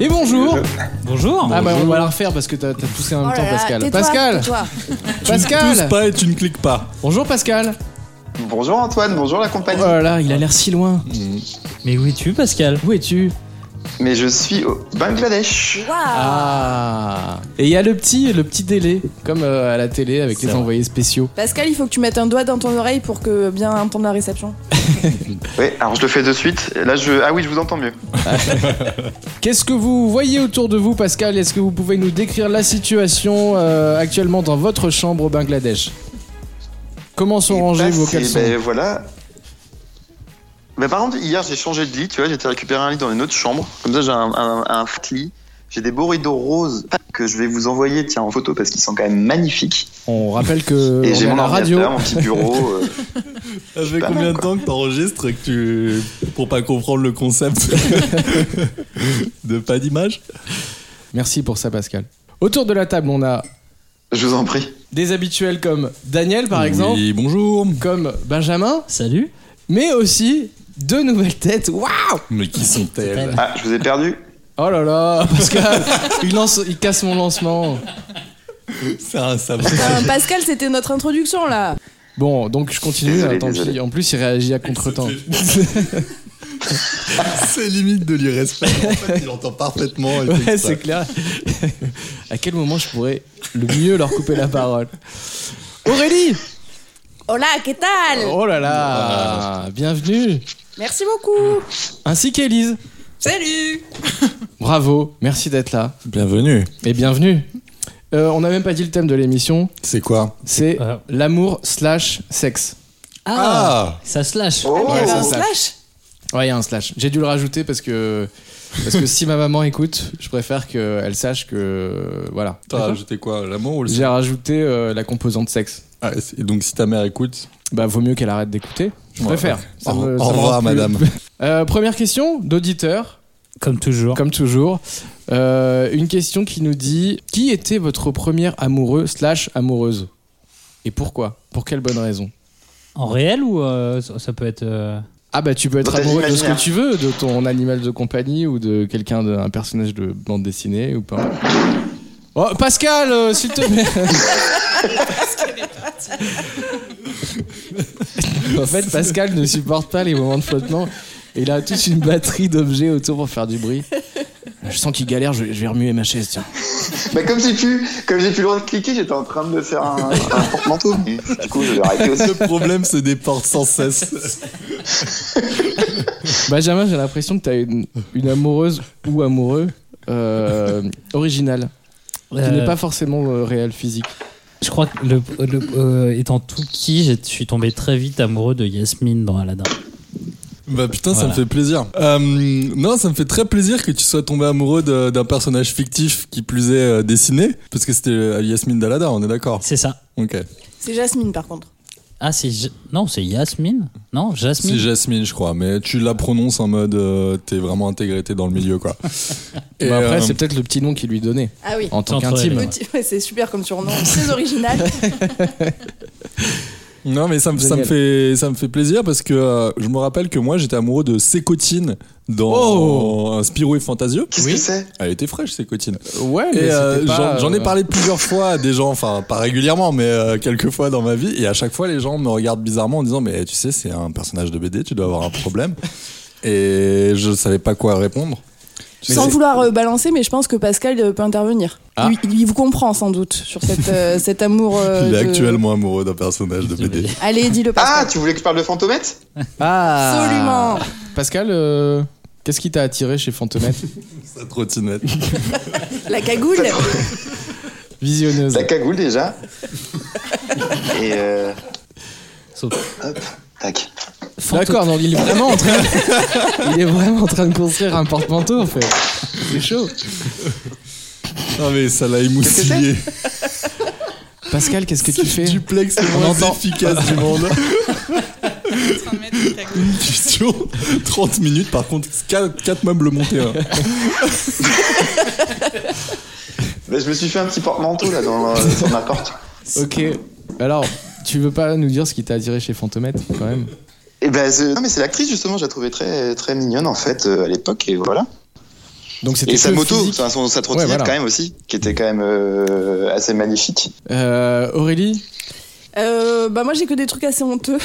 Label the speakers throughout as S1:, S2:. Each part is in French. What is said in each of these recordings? S1: Et bonjour
S2: Euh, Bonjour.
S1: Ah bah on va la refaire parce que t'as t'as toussé
S3: Oh
S1: en même temps Pascal. Pascal
S3: Toi.
S1: Pascal
S2: pas et tu ne cliques pas.
S1: Bonjour Pascal
S4: Bonjour Antoine, bonjour la
S1: Oh
S4: compagnie.
S1: là là, il a l'air si loin.
S2: Mais où es-tu, Pascal
S1: Où es-tu
S4: Mais je suis au Bangladesh.
S3: Waouh.
S1: Ah Et il y a le petit, le petit délai, comme euh, à la télé avec
S2: C'est
S1: les
S2: vrai.
S1: envoyés spéciaux.
S3: Pascal, il faut que tu mettes un doigt dans ton oreille pour que bien entendre la réception.
S4: Oui, alors je le fais de suite. Là, je. Ah oui, je vous entends mieux.
S1: Qu'est-ce que vous voyez autour de vous, Pascal Est-ce que vous pouvez nous décrire la situation euh, actuellement dans votre chambre au Bangladesh Comment sont
S4: Et
S1: rangés
S4: bah,
S1: vos
S4: c'est-
S1: caleçons
S4: Ben voilà. Ben, par contre, hier, j'ai changé de lit, tu vois, j'ai été récupérer un lit dans une autre chambre. Comme ça, j'ai un, un, un fat lit. J'ai des beaux rideaux roses que je vais vous envoyer, tiens, en photo, parce qu'ils sont quand même magnifiques.
S1: On rappelle que
S4: Et
S1: Euh, on
S4: j'ai
S1: est à
S4: mon
S1: la radio.
S4: ordinateur, mon petit bureau. euh,
S2: Ça fait
S4: Pas mal,
S2: combien de
S4: quoi.
S2: temps que t'enregistres et que tu. pour pas comprendre le concept de pas d'image
S1: Merci pour ça, Pascal. Autour de la table, on a
S4: je vous en prie.
S1: des habituels comme Daniel, par exemple,
S2: Oui, bonjour.
S1: comme Benjamin,
S5: Salut.
S1: mais aussi deux nouvelles têtes. Waouh
S2: Mais qui sont-elles
S4: Ah, je vous ai perdu.
S1: Oh là là, Pascal, il, lance, il casse mon lancement.
S2: C'est un savon.
S3: Enfin, Euh, Pascal, c'était notre introduction là.
S1: Bon, donc je continue.
S4: Désolé,
S1: hein, tant
S4: désolé.
S1: pis. En plus, il réagit à contre-temps.
S2: C'est limite de l'irrespect. En fait, il entend parfaitement. et fait
S1: Ouais,
S2: exprès.
S1: c'est clair. à quel moment je pourrais le mieux leur couper la parole Aurélie
S3: Hola, que tal
S1: Oh là là Bienvenue
S3: Merci beaucoup. Eh
S1: Ainsi qu'Élise.
S6: Salut
S1: Bravo, merci d'être là.
S2: Bienvenue.
S1: Et bienvenue Euh, On n'a même pas dit le thème de l'émission,
S2: C'est quoi
S1: c'est
S5: Ah.
S1: l'amour slash sexe.
S2: Ah,
S5: Ça se lâche.
S4: Oh,
S3: Ah, mais
S1: ça
S3: on
S1: se
S3: se
S1: lâche.
S3: lâche.
S1: Ouais, il y a un slash. J'ai dû le rajouter parce que, parce que si ma maman écoute, je préfère qu'elle sache que... Voilà.
S2: T'as rajouté quoi L'amour ou le
S1: J'ai rajouté euh, la composante sexe.
S2: Ah, c'est- Et donc si ta mère écoute.
S1: Bah, vaut mieux qu'elle arrête d'écouter. Je
S2: Ouais.
S1: préfère. Ça
S2: au
S1: me-
S2: au
S1: ça me rend
S2: revoir,
S1: plus-
S2: madame.
S1: Euh, première question d'auditeur,
S5: Comme toujours.
S1: comme toujours. Euh, une question qui nous dit Qui était votre premier amoureux slash amoureuse Et pourquoi Pour quelle bonne raison
S5: En réel ou euh, ça ça peut être. euh,
S1: Ah bah tu peux être
S4: Dans ta vie
S1: amoureux de ce que
S4: imaginaire.
S1: tu veux, de ton animal de compagnie ou de quelqu'un d'un personnage de bande dessinée ou pas. Oh, Pascal, euh, s'il te plaît. en fait, Pascal ne supporte pas les moments de flottement. Il a toute une batterie d'objets autour pour faire du bruit. Je sens qu'il galère, je, je vais remuer ma chaise. Tiens.
S4: Mais comme j'ai pu, comme j'ai pu le droit de cliquer, j'étais en train de me faire un, un porte-manteau. Mais Du coup, je vais arrêter aussi.
S2: Le problème se déporte sans cesse.
S1: Benjamin, j'ai l'impression que t'as une, une amoureuse ou amoureux euh, originale, qui
S5: euh,
S1: n'est pas forcément euh, réelle physique.
S5: Je crois que le, le- euh, étant tout petit, j'ai- je suis tombé très vite amoureux de Yasmine dans Aladdin.
S2: Bah putain, ça
S5: Voilà.
S2: me fait plaisir. Euh, non, ça me fait très plaisir que tu sois tombé amoureux de- d'un personnage fictif qui plus est euh, dessiné, parce que c'était euh, Yasmine Dalada, on est d'accord.
S5: C'est ça.
S2: Ok.
S3: C'est Jasmine par contre.
S5: Ah, c'est. Ja- Non, c'est Yasmine Non, Jasmine.
S2: C'est Jasmine, je crois, mais tu la prononces en mode euh, t'es vraiment intégré, t'es dans le milieu, quoi. Et,
S1: Bah après,
S2: euh,
S1: c'est peut-être le petit nom qu'il lui donnait
S3: Ah oui.
S1: en tant
S5: Entre
S1: qu'intime.
S5: elles.
S3: Petit- ouais, c'est super comme surnom, très original.
S2: Non, mais ça me, ça me
S1: Génial.
S2: fait ça me fait plaisir parce que euh, je me rappelle que moi j'étais amoureux de Sécotine dans
S1: Oh
S2: euh, Spirou et Fantasio.
S4: Qu'est-ce que c'est
S2: Elle était fraîche, Sécotine.
S1: Ouais, mais
S2: Et
S1: c'était
S2: euh,
S1: pas,
S2: j'en- j'en ai
S1: euh,
S2: parlé plusieurs fois à des gens, enfin pas régulièrement, mais euh, quelques fois dans ma vie. Et à chaque fois, les gens me regardent bizarrement en disant Mais tu sais, c'est un personnage de BD, tu dois avoir un problème. Et je savais pas quoi répondre. Tu
S3: sans
S2: sais,
S3: vouloir euh, balancer, mais je pense que Pascal euh, peut intervenir.
S1: Ah.
S3: Lui- Il, vous comprend sans doute sur cette, euh, cet amour. euh,
S2: il est
S3: de-
S2: actuellement amoureux d'un personnage de BD.
S3: Allez, dis-le
S4: Ah,
S3: Pascal.
S4: tu voulais que je parle de Fantomette
S1: Ah
S3: Absolument.
S1: Pascal, euh, qu'est-ce qui t'a attiré chez Fantomette
S2: Sa trottinette.
S1: Ah.
S3: La cagoule.
S1: Visionneuse.
S4: La cagoule déjà. Et euh,
S5: Sauf-
S4: tac.
S1: D'accord, non, il est vraiment en train, il est vraiment en train de construire un porte-manteau en fait. C'est chaud.
S2: Non mais ça l'a émoustillé.
S4: Qu'est-ce
S1: Pascal, qu'est-ce que tu fais
S2: Duplex le
S1: On
S2: moins
S1: entend.
S2: efficace du monde.
S6: Je suis en train de mettre une cagoule.
S2: Une question 30 minutes par contre 4, meubles montés. hein.
S4: Bah, je me suis fait un petit porte-manteau là dans, euh, sur ma porte.
S1: Ok. Alors, tu veux pas nous dire ce qui t'a attiré chez Fantomette quand même
S4: bah, Et ben c'est- non mais c'est l'actrice justement, je la trouvais très très mignonne en fait euh, à l'époque et voilà.
S1: Donc c'était
S4: Et sa
S1: que
S4: moto,
S1: physique.
S4: enfin, son- sa trottinette
S1: Ouais, voilà.
S4: quand même aussi, qui était quand même euh, assez magnifique.
S1: Euh, Aurélie,
S3: Euh, bah moi j'ai que des trucs assez honteux.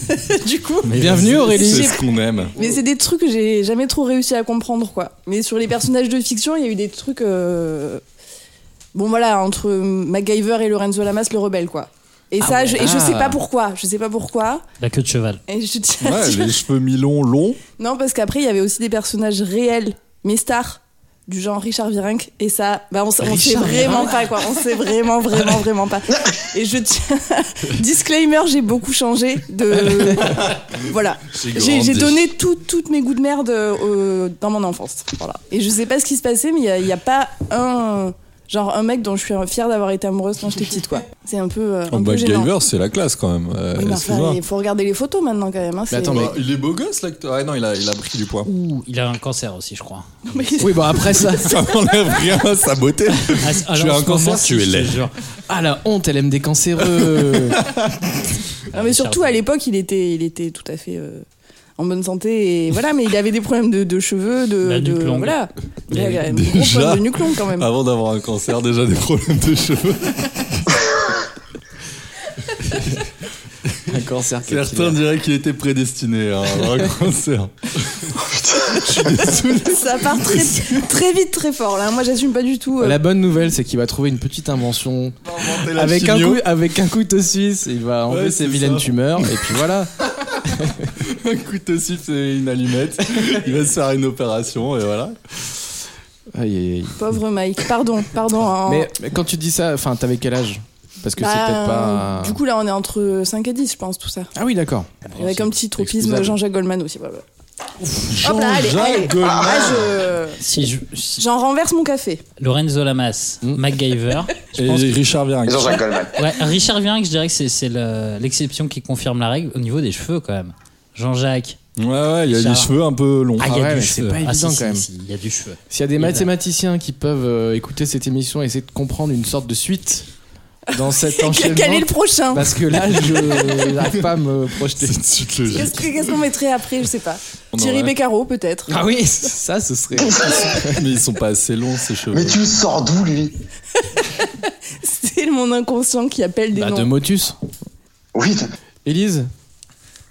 S3: du coup.
S5: Mais
S1: bienvenue
S2: C'est
S1: Aurélie.
S2: ce qu'on aime.
S3: Mais c'est des trucs que j'ai jamais trop réussi à comprendre, quoi. Mais sur les personnages de fiction, il y a eu des trucs. euh, Bon, voilà, entre MacGyver et Lorenzo Lamas, le rebelle, quoi. Et ça, je, et je
S1: Ah.
S3: sais pas pourquoi. Je sais pas pourquoi.
S5: La queue de cheval.
S3: Et je tiens à
S2: Ouais,
S3: dire-
S2: les cheveux mi-longs, longs.
S3: Non, parce qu'après, il y avait aussi des personnages réels, mais stars, du genre Richard Virenque. Et ça, bah, on, s- on sait
S5: Richard
S3: vraiment pas, quoi. On sait vraiment, vraiment, vraiment pas. Et je tiens. Disclaimer, j'ai beaucoup changé de. voilà. J'ai j'ai donné tout- toutes mes goûts de merde euh, dans mon enfance. Voilà. Et je sais pas ce qui se passait, mais il n'y a, pas un. Genre un mec dont je suis fière d'avoir été amoureuse quand j'étais petite, quoi. C'est un peu. euh, un
S2: En
S3: peu gênant.
S2: MacGyver, c'est la classe quand même. Euh,
S3: Oui, mais enfin,
S2: excuse-moi.
S3: il faut regarder les photos maintenant, quand même. hein, c'est-
S1: attends, mais-
S2: Bah, il est beau gosse l'acteur. Ouais, non, il a, il a pris du poids.
S5: Ouh, il a un cancer aussi, je crois.
S1: Oui, bon après ça.
S2: Ça n'enlève rien à sa beauté.
S5: Ah, c- alors, en
S2: as un
S5: ce
S2: cancer,
S5: moment,
S2: tu es
S5: je te
S2: laid.
S5: jure.
S1: Ah la honte, elle aime des cancéreux.
S3: Non, mais surtout à l'époque, il était, il était tout à fait euh, en bonne santé. Et voilà, mais il avait des problèmes de, de cheveux, de.
S5: La
S3: de-
S5: nuque longue.
S3: Voilà. Il avait un gros
S2: Déjà. Ah.
S3: problème de nuque longue, quand même.
S2: Avant d'avoir un cancer, déjà des problèmes de cheveux.
S1: Un cancer. capillaire.
S2: Certains diraient qu'il était prédestiné à avoir un cancer.
S3: Ça part très, très vite, très fort. Là, moi, j'assume pas du tout. euh,
S1: La bonne nouvelle, c'est qu'il va trouver une petite invention avec un,
S2: chimio.
S1: coup- avec un couteau suisse. Il va enlever
S2: Ouais,
S1: ses
S2: c'est
S1: vilaines
S2: ça.
S1: tumeurs et puis voilà.
S2: un couteau suisse et une allumette. Il va se faire une opération et voilà.
S1: Aïe, aïe, aïe.
S3: Pauvre Mike. Pardon, pardon. hein.
S1: Mais, mais quand tu dis ça, enfin, t'avais quel âge Parce que c'est
S3: Bah,
S1: peut-être pas.
S3: Du coup, là, on est entre 5 et 10, je pense, tout ça.
S1: Ah oui, d'accord.
S3: Avec un petit tropisme,
S1: excusable.
S3: Jean-Jacques Goldman aussi. voilà. Hop là, allez, allez.
S2: Jean-Jacques Goldman.
S3: Ah, je-
S5: Si je- si-
S3: J'en renverse mon café.
S5: Lorenzo Lamas,
S1: Hmm.
S5: MacGyver. Je
S2: Et
S5: pense
S2: Richard Virenque.
S4: Jean-Jacques Goldman.
S5: Ouais, Richard Virenque, je dirais que c'est- c'est le- l'exception qui confirme la règle au niveau des cheveux quand même. Jean-Jacques.
S2: Ouais, ouais, il y a
S5: Richard.
S2: des cheveux un peu longs.
S5: Ah, il y a
S1: ouais, mais
S5: du
S1: c'est
S5: cheveu.
S1: pas
S5: Ah, si,
S1: évident,
S5: si,
S1: quand même.
S5: si, Il y a du cheveu.
S1: S'il y a des
S5: Et là.
S1: mathématiciens qui peuvent euh, écouter cette émission et essayer de comprendre une sorte de suite dans cet enchaînement.
S3: Quel est le prochain
S1: Parce que là, je n'arrive pas à me projeter.
S2: C'est une suite logique.
S3: Qu'est-ce que- qu'est-ce qu'on mettrait après Je sais pas.
S2: On
S3: Thierry
S2: aurait-
S3: Beccaro, peut-être.
S1: Ah oui, ça, ce serait.
S2: Mais ils sont pas assez longs ces cheveux.
S4: Mais tu le sors d'où lui
S3: C'est mon inconscient qui appelle des
S1: Bah, de
S3: noms.
S1: Motus.
S4: Oui,
S1: Élise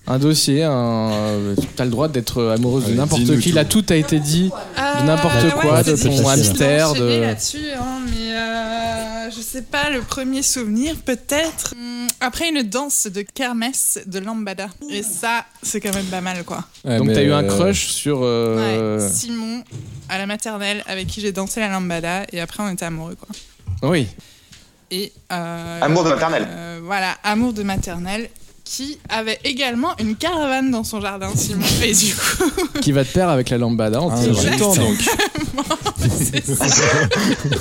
S1: un dossier, un... euh, t'as le droit d'être amoureuse de
S2: Allez,
S1: n'importe
S2: dis-nous
S1: qui.
S2: tout.
S1: Là, tout a été dit.
S6: Ah,
S1: n'importe
S5: quoi, de ton
S6: c'est difficile
S1: hamster,
S6: d'enchaîner
S1: de-
S6: là-dessus, hein, mais euh, je sais pas, le premier souvenir peut-être. Hum, Après une danse de kermesse de lambada. Et ça, c'est quand même pas mal quoi.
S2: Ouais,
S1: Donc,
S2: mais,
S1: t'as eu un
S2: euh,
S1: crush sur. euh,
S6: Ouais, Simon à la maternelle avec qui j'ai dansé la lambada et après on était amoureux quoi.
S1: Oui.
S6: Et euh,
S4: Amour de maternelle.
S6: euh, voilà, amour de maternelle qui avait également une caravane dans son jardin Simon et du coup
S1: qui va de pair avec la lambada en
S2: Ah,
S1: théorie.
S2: j'ai le temps, donc.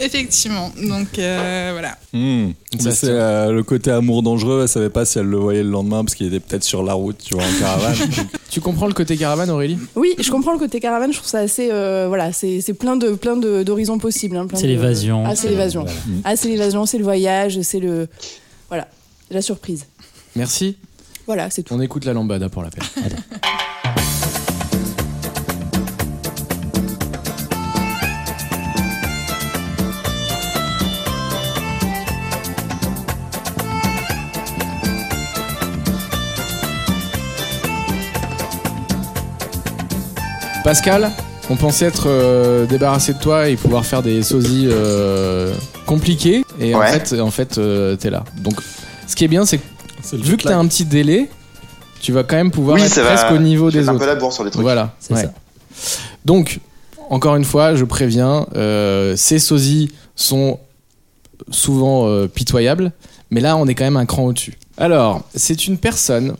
S6: effectivement donc euh, voilà
S2: Hmm.
S1: Ça,
S2: Mais
S1: c'est-
S2: c'est euh, le côté amour dangereux, elle savait pas si elle le voyait le lendemain parce qu'il était peut-être sur la route, tu vois, en caravane.
S1: Tu comprends le côté caravane, Aurélie
S3: Oui, je comprends le côté caravane, je trouve ça assez. euh, voilà, c'est c'est plein de plein de- d'horizons possibles. hein, plein
S5: C'est
S3: de-
S5: l'évasion.
S3: Ah, c'est l'évasion.
S5: voilà.
S3: Ah, c'est l'évasion, c'est le voyage, c'est le. Voilà, la surprise.
S1: Merci.
S3: Voilà, c'est tout.
S1: On écoute la lambada pour la paix. Pascal, on pensait être euh, débarrassé de toi et pouvoir faire des sosies euh, compliquées. Et en
S4: Ouais.
S1: fait, en fait euh, t'es là. Donc, ce qui est bien, c'est que
S2: C'est le
S1: Vu que t'as un petit délai, tu vas quand même pouvoir
S4: oui
S1: être
S4: ça va.
S1: presque au niveau
S4: je vais
S1: des
S4: faire un peu
S1: autres.
S4: la bourre sur les trucs.
S1: Voilà.
S5: C'est
S1: ouais.
S5: ça.
S1: Donc, encore une fois, je préviens, euh, ces sosies sont souvent euh, pitoyables, mais là, on est quand même un cran au-dessus. Alors, c'est une personne,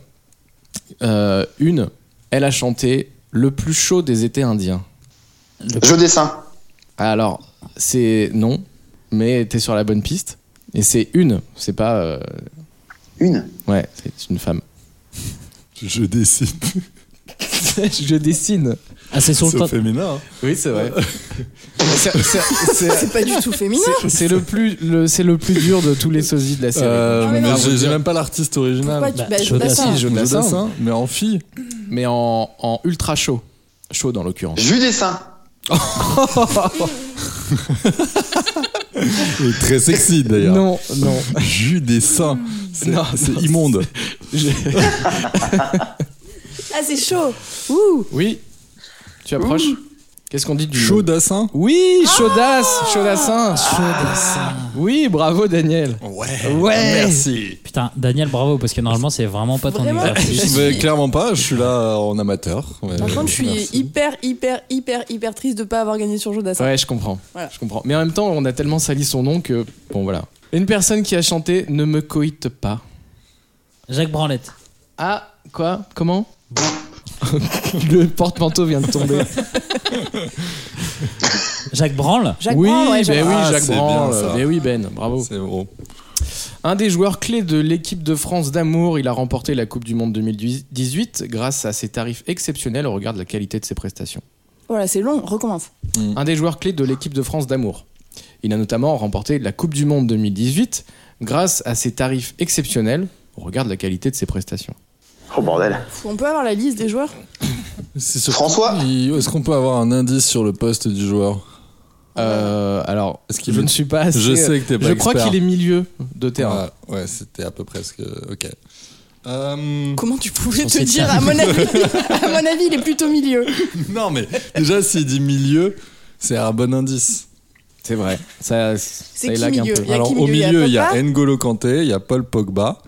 S1: euh, une, elle a chanté le plus chaud des étés indiens.
S4: Je dessin.
S1: Alors, c'est non, mais t'es sur la bonne piste. Et c'est une, c'est pas. euh,
S4: Une.
S1: ouais, c'est une femme.
S2: Je décide.
S1: je dessine.
S5: Ah, c'est sur le
S2: C'est
S5: temps.
S2: au féminin. hein.
S1: Oui, c'est vrai. C'est- c'est- c'est-
S3: C'est pas du tout féminin.
S1: c'est- C'est le plus, le, c'est le plus dur de tous les sosies de la série.
S2: Euh,
S3: Ah, mais non.
S2: mais j'ai- j'ai même pas l'artiste
S3: Pourquoi
S2: original.
S3: tu
S5: Bah,
S3: bah,
S5: je
S3: je vois
S5: dessine,
S3: ça.
S1: je-
S2: Je
S1: Jodassin.
S2: dessin, mais en fille.
S1: Mais en, en ultra chaud, chaud dans l'occurrence.
S4: Je dessin.
S2: Et très sexy d'ailleurs.
S1: Non, non.
S2: Jus des seins. C'est
S1: Non,
S2: c'est
S1: non,
S2: immonde.
S1: Je-
S3: Ah, c'est chaud. Ouh.
S1: Oui. Tu approches Qu'est-ce qu'on dit du
S2: Chaud d'assin
S1: Oui, chaudasse, chaudassin.
S5: Chaudassin.
S1: Oui, bravo Daniel.
S2: Ouais.
S1: Ouais.
S2: Merci.
S5: Putain, Daniel, bravo, parce que normalement, c'est vraiment pas ton
S3: Vraiment
S5: exercice.
S2: Mais clairement pas, je suis là euh, en amateur. Ouais,
S3: Par contre, je suis
S2: merci.
S3: hyper, hyper, hyper, hyper triste de pas avoir gagné sur Jodassin.
S1: Ouais, je comprends.
S3: Voilà.
S1: Je comprends. Mais en même temps, on a tellement sali son nom que bon voilà. Une personne qui a chanté Ne me coïte pas.
S5: Jacques Branlette.
S1: Ah, quoi Comment Le porte-manteau vient de tomber.
S5: Jacques Branle
S3: Jacques
S1: oui,
S3: Brand, ouais,
S1: ben
S3: Jacques-
S2: Ah,
S1: oui, Jacques
S2: c'est bien,
S1: Brand.
S2: ça.
S1: Ben oui, Ben, bravo.
S2: C'est gros.
S1: Un des joueurs clés de l'équipe de France d'amour, il a remporté la Coupe du Monde 2018 grâce à ses tarifs exceptionnels au regard de la qualité de ses prestations.
S3: Voilà, c'est long, recommence.
S2: Mm.
S1: Un des joueurs clés de l'équipe de France d'amour. Il a notamment remporté la Coupe du Monde 2018 grâce à ses tarifs exceptionnels au regard de la qualité de ses prestations.
S4: Oh bordel.
S3: On peut avoir la liste des joueurs
S2: C'est surtout-
S4: François
S2: Il- Est-ce qu'on peut avoir un indice sur le poste du joueur
S1: Euh, alors,
S2: Est-ce qu'il
S1: je
S2: est-
S1: ne suis pas assez-
S2: Je sais que t'es pas
S1: Je crois
S2: expert. Ah,
S1: qu'il est milieu de terrain.
S2: Ouais, ouais, c'était à peu près ce que. Ok. Euh,
S3: Comment tu pouvais
S5: On
S3: te
S5: sait
S3: dire
S5: ça.
S3: à mon, avis, à mon avis, il est plutôt milieu.
S2: non, mais déjà, s'il dit milieu, c'est un bon indice.
S1: C'est vrai. Ça,
S3: qui
S1: ça élague un
S3: milieu
S1: peu.
S3: Il y a
S2: Alors,
S3: qui
S2: au
S3: milieu
S2: milieu, il y a
S3: Pogba
S2: N'Golo Kanté, il y a Paul Pogba,